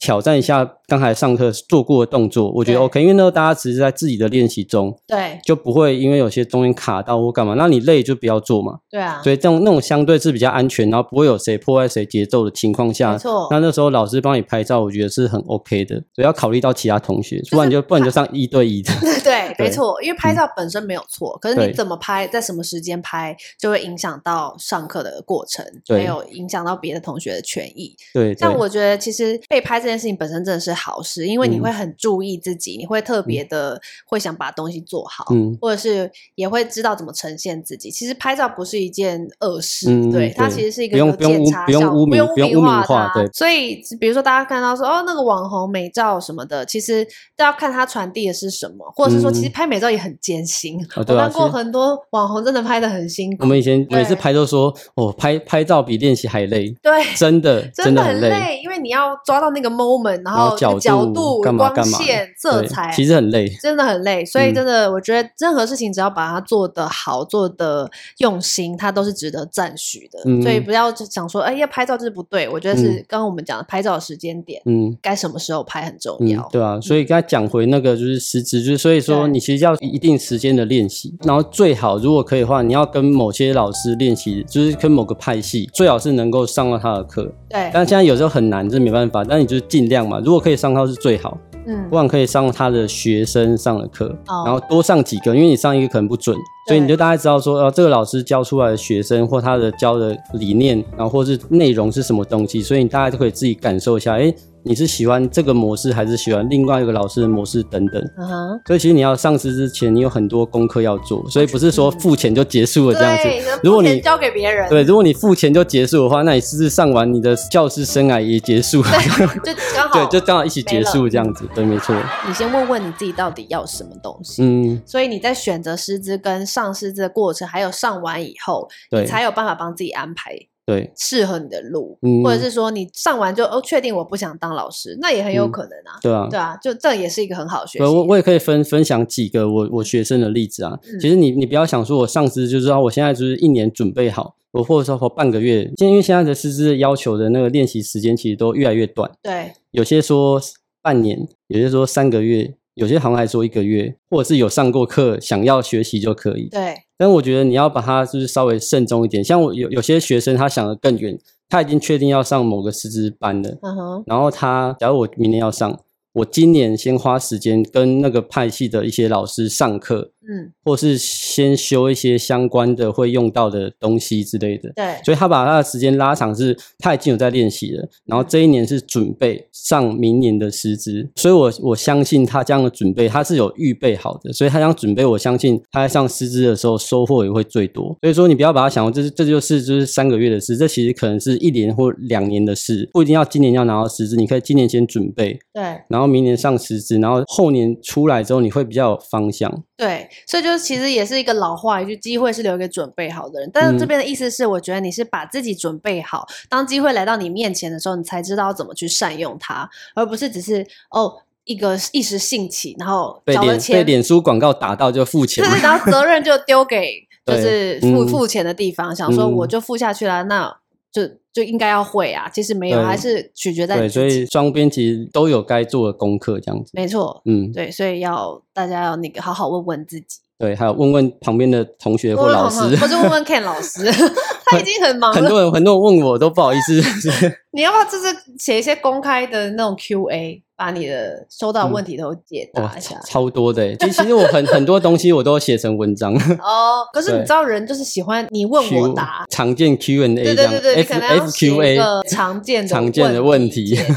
S2: 挑战一下刚才上课做过的动作，我觉得
S1: 对
S2: OK，因为呢大家只是在自己的练习中，
S1: 对，
S2: 就不会因为有些中间卡到或干嘛，那你累就不要做嘛。
S1: 对啊，
S2: 所以这种那种相对是比较安全，然后不会有谁破坏谁节奏的情况
S1: 没
S2: 下，
S1: 错。
S2: 那那时候老师帮你拍照，我觉得是很 OK 的。所以要考虑到其他同学，不 然就不然就上一对一的。
S1: 对，没
S2: 对嗯
S1: 错，因为拍照本身没有错，可是你
S2: 对
S1: 怎么拍，在什么时间拍，就会影响到上课的过程，还
S2: 对
S1: 有影响到别的同学的权益。
S2: 对对
S1: 但我觉得，其实被拍这件事情本身真的是好事，因为你
S2: 嗯
S1: 会很注意自己，你会特别的会想把东西做好，
S2: 嗯
S1: 或者是也会知道怎么呈现自己。其实拍照不是一件恶事，
S2: 嗯
S1: 对，它
S2: 对
S1: 其实是一个
S2: 不用
S1: 有
S2: 不用
S1: 鉴
S2: 污
S1: 察
S2: 不用
S1: 效
S2: 污名
S1: 不
S2: 不用
S1: 污
S2: 污名
S1: 化
S2: 化
S1: 它
S2: 对
S1: 所以比如说大家看到说哦那个网红美照什么的，其实都要看它传递的是什么，或者是说其实
S2: 嗯
S1: 拍美照也很艰辛。
S2: 啊
S1: 我
S2: 对啊
S1: 看过
S2: 其实嗯
S1: 很多网红真的拍的很辛
S2: 我
S1: 苦，
S2: 们以前每次
S1: 对
S2: 拍都说，哦，拍拍照比练习还累，
S1: 对。
S2: 真的
S1: 真
S2: 的
S1: 很
S2: 累，
S1: 累，因为你要抓到那个 moment，然
S2: 然
S1: 后
S2: 后角
S1: 度、角
S2: 度干嘛
S1: 光
S2: 干嘛的
S1: 线、色
S2: 对
S1: 彩，
S2: 其实很累。
S1: 真的很累。所以
S2: 嗯
S1: 真的，我觉得任何事情只要把它做得好、做得用心，它都是值得赞许的。
S2: 嗯
S1: 所以不要就想说，哎、呀，拍照就是不对。我觉得是
S2: 嗯
S1: 刚刚我们讲的拍照的时间点，
S2: 嗯。
S1: 该什么时候拍很重
S2: 嗯
S1: 要。，
S2: 对啊，所以刚才讲回那个就是实质，就是所以说
S1: 对
S2: 你其实要一定时间的练习，然后最好如果可以的话，你要跟某些老师练习，就是跟某个派系，最好是能够上到他的课。
S1: 对，
S2: 但现在有时候很难，这没办法，但你就是尽量嘛，如果可以上到是最好，
S1: 嗯
S2: 不，然可以上他的学生上的课，
S1: 哦
S2: 然后多上几个，因为你上一个可能不准，所以你就大概知道说，呃，这个老师教出来的学生或他的教的理念，然后或是内容是什么东西，所以你大概就可以自己感受一下，哎，你是喜欢这个模式还是喜欢另外一个老师的模式等等。
S1: 嗯哼，
S2: 所以其实你要上师之前，你有很多功课要做，所以不是说付钱就结束了这样子。
S1: 对，能
S2: 如果
S1: 付钱
S2: 你
S1: 交给别人，
S2: 对，如果你付钱就结束的话，那你是不是上完你的教师生涯也 结束了？
S1: 就刚好
S2: 对，就刚好一起结束这样子。对，没错。
S1: 你先问问你自己到底要什么东西。
S2: 嗯，
S1: 所以你在选择师资跟上师资的过程，还有上完以后，你
S2: 对
S1: 才有办法帮自己安排
S2: 对，
S1: 适合你的路，
S2: 嗯
S1: 或者是说你上完就哦，确定我不想当老师，那也很有
S2: 嗯
S1: 可能啊。
S2: 对啊。
S1: 对啊，就这也是一个很好的学习。
S2: 对，啊我我也可以分分享几个我我学生的例子啊。
S1: 嗯
S2: 其实你你不要想说我上司就是啊，我现在就是一年准备好，我或者说我半个月，因为现在的师资要求的那个练习时间其实都越来越短，
S1: 对
S2: 有些说半年，有些说三个月，有些好像还说一个月，或者是有上过课想要学习就可以。
S1: 对
S2: 但我觉得你要把它就是稍微慎重一点，像我有有些学生他想的更远，他已经确定要上某个师资班了。
S1: 嗯哼，
S2: 然后他，假如我明年要上，我今年先花时间跟那个派系的一些老师上课，
S1: 嗯，
S2: 或是先修一些相关的会用到的东西之类的。
S1: 对
S2: 所以他把他的时间拉长是，他已经有在练习了，然后这一年是准备上明年的师资，所以我我相信他这样的准备，他是有预备好的，所以他这样准备，我相信他在上师资的时候收获也会最多。所以说你不要把它想，这是这就是就是三个月的事，这其实可能是一年或两年的事，不一定要今年要拿到师资，你可以今年先准备，
S1: 对
S2: 然后明年上师资，然后后年出来之后你会比较有方向。
S1: 对，所以就是其实也是一个老话一句，机会是留给准备好的人。但是这
S2: 嗯
S1: 边的意思是，我觉得你是把自己准备好，当机会来到你面前的时候，你才知道怎么去善用它，而不是只是哦一个一时兴起，然后
S2: 被
S1: 找了
S2: 脸被
S1: 钱
S2: 脸书广告打到就付钱
S1: 就，是然后责任就丢给就
S2: 对
S1: 是付
S2: 嗯
S1: 付钱的地方，想说我
S2: 嗯
S1: 就付下去了，那就就应该要会啊。其实没有，
S2: 对
S1: 还是取决在
S2: 对，
S1: 你
S2: 所
S1: 自
S2: 以
S1: 己。
S2: 双边其实都有该做的功课，这样子。
S1: 没错，
S2: 嗯，
S1: 对，所以要大家要那个好好问问自己，
S2: 对，还有问问旁边的同学或
S1: 问
S2: 老
S1: 问
S2: 师。
S1: 或者问问 Ken 老师， 他已经很忙
S2: 很
S1: 了。
S2: 多人很多人问我都不好意思，就是
S1: 你要不要就是写一些公开的那种 Q&A，把你的收到的问题都解
S2: 嗯哇
S1: 答一下
S2: 超？超多的欸。其实其实我很很多东西我都写成 文章，
S1: 哦，可是你
S2: 对
S1: 知道人就是喜欢你问我
S2: Q
S1: 答，
S2: 常见 Q&A
S1: 对
S2: 这
S1: 对
S2: 样
S1: 对对，你
S2: ，F
S1: 可能要
S2: F
S1: 写
S2: Q
S1: 一
S2: A
S1: 个常见的
S2: 常见的问题
S1: 解答。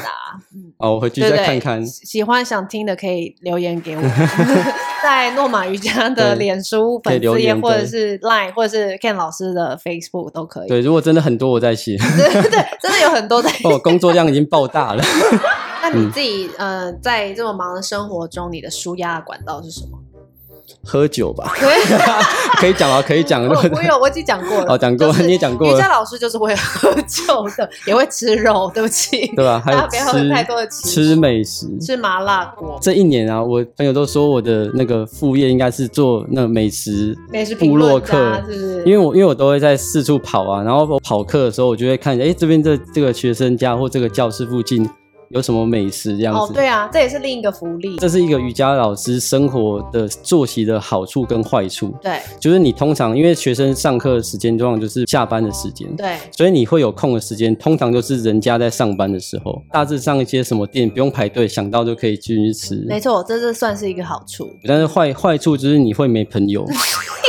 S1: 嗯
S2: 哦，我回去
S1: 对
S2: 再
S1: 对，
S2: 看看。
S1: 喜喜欢想听的可以留言 给我，在诺玛瑜伽的
S2: 对
S1: 脸书
S2: 可以
S1: 粉
S2: 留
S1: 丝页，
S2: 言
S1: 或者
S2: 对
S1: 是 Line，或者是 Ken 老师的 Facebook 都可以。
S2: 对，如果真的很多我再写，哦
S1: 对对，真的有很多在。
S2: 哦，工作量已经爆大了。
S1: 那你自己、呃，在这么忙的生活中，你的舒压的管道是什么？
S2: 喝酒吧， 可以讲啊，可以讲。
S1: 我我有我已经讲过了，
S2: 哦，讲过，
S1: 就是
S2: 你也讲过
S1: 瑜伽
S2: 了，
S1: 老师就是会喝酒的，也会吃肉。对不起，
S2: 对吧？还
S1: 大家不要有太多
S2: 有
S1: 的
S2: 吃
S1: 期
S2: 吃
S1: 许
S2: 美食。
S1: 吃麻辣锅，
S2: 这一年啊，我朋友都说我的那个副业应该是做那个美食
S1: 美食评
S2: 部落
S1: 论家
S2: 客，
S1: 是不是？
S2: 因为我因为我都会在四处跑啊，然后我跑课的时候，我就会看，哎，这边这这个学生家或这个教室附近有什么美食这样
S1: 哦
S2: 子。，
S1: 对啊，这也是另一个福利。
S2: 这是一个瑜伽老师生活的作息的好处跟坏处，
S1: 对
S2: 就是你通常因为学生上课的时间通常就是下班的时间，
S1: 对，
S2: 所以你会有空的时间，通常就是人家在上班的时候，大致上一些什么店不用排队，想到就可以进去吃。
S1: 没错，这是算是一个好 处，
S2: 但是坏坏处就是你会没朋友，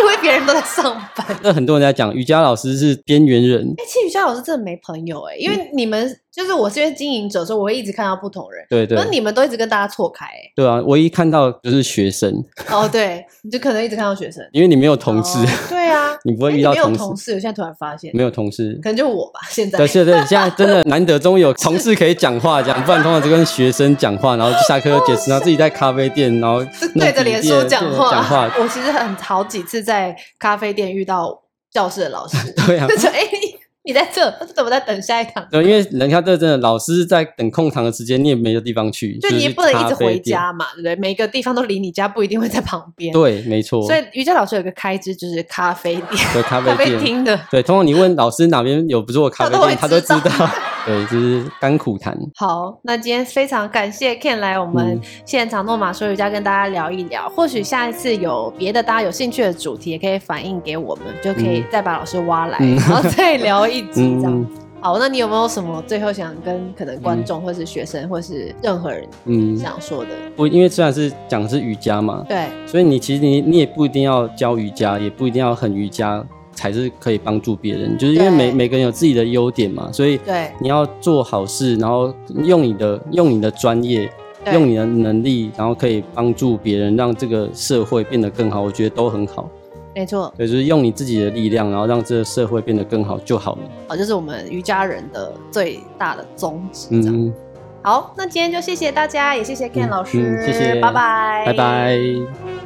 S1: 因为别人都在上 班。
S2: 那很多人在讲瑜伽老师是边缘人，
S1: 哎、其实瑜伽老师真的没朋友哎、因
S2: 嗯
S1: 为你们就是我是因为经营者，所以我会一直看到不同人，
S2: 对对
S1: 可是你们都一直跟大家错开哎、
S2: 对啊，唯一看到就是学生，
S1: 哦，对，你就可能一直看到学生
S2: 因为你没有同事
S1: 哦，对啊，
S2: 你不会
S1: 哎
S2: 遇到
S1: 没有
S2: 同事
S1: 同事，我现在突然发现，
S2: 没有同事。
S1: 可能就我吧，现在
S2: 对，现在现在真的难得，终于有同事可以讲话讲，不然通常就跟学生讲话，然后就下课就解释，然后自己在咖啡店，然后
S1: 是对着脸书讲话。
S2: 讲话，
S1: 我其实很好几次在咖啡店遇到教室的 老师，
S2: 对啊
S1: 就，说：“哎、你你在这，我怎么在等下一堂？
S2: 对，因为人家这真的老师在等空堂的时间，你也没有地方去，
S1: 就你也
S2: 是
S1: 不能一直
S2: 咖啡
S1: 回
S2: 店。
S1: 家嘛，对不对？每个地方都离你家不一定会在旁边。
S2: 对，没错。
S1: 所以瑜伽老师有个开支就是咖啡店、
S2: 对 咖
S1: 咖
S2: 啡
S1: 啡
S2: 店，
S1: 厅的。
S2: 对，通常你问老师哪边有不错的咖啡店，
S1: 他
S2: 他
S1: 都会
S2: 都
S1: 知
S2: 知
S1: 道
S2: 道。对，就是甘苦谈。
S1: 好，那今天非常感谢 Ken 来我们
S2: 嗯
S1: 现场诺马说瑜伽跟大家聊一聊，或许下一次有别的大家有兴趣的主题，也可以反映给我们，就可以
S2: 嗯
S1: 再把老师挖来，
S2: 嗯
S1: 然 后再聊一集这样。
S2: 嗯
S1: 好，那你有没有什么最后想跟可能观众或是学生或是任何人
S2: 嗯，
S1: 想说的？
S2: 不，因为虽然是讲的是瑜伽嘛，
S1: 对，
S2: 所以你其实你你也不一定要教瑜伽，也不一定要很瑜伽才是可以帮助别人，就是因为
S1: 对
S2: 每每个人有自己的优点嘛，所以
S1: 对
S2: 你要做好事，然后用你的用你的专业，
S1: 对
S2: 用你的能力，然后可以帮助别人，让这个社会变得更好，我觉得都很好。
S1: 没错，
S2: 对，就是用你自己的力量，然后让这个社会变得更好就好了。
S1: 好，哦就是我们瑜伽人的最大的宗旨。这样。
S2: 嗯，
S1: 好，那今天就谢谢大家，也谢谢 Ken
S2: 嗯
S1: 老师，
S2: 嗯谢谢
S1: 拜拜，
S2: 拜拜。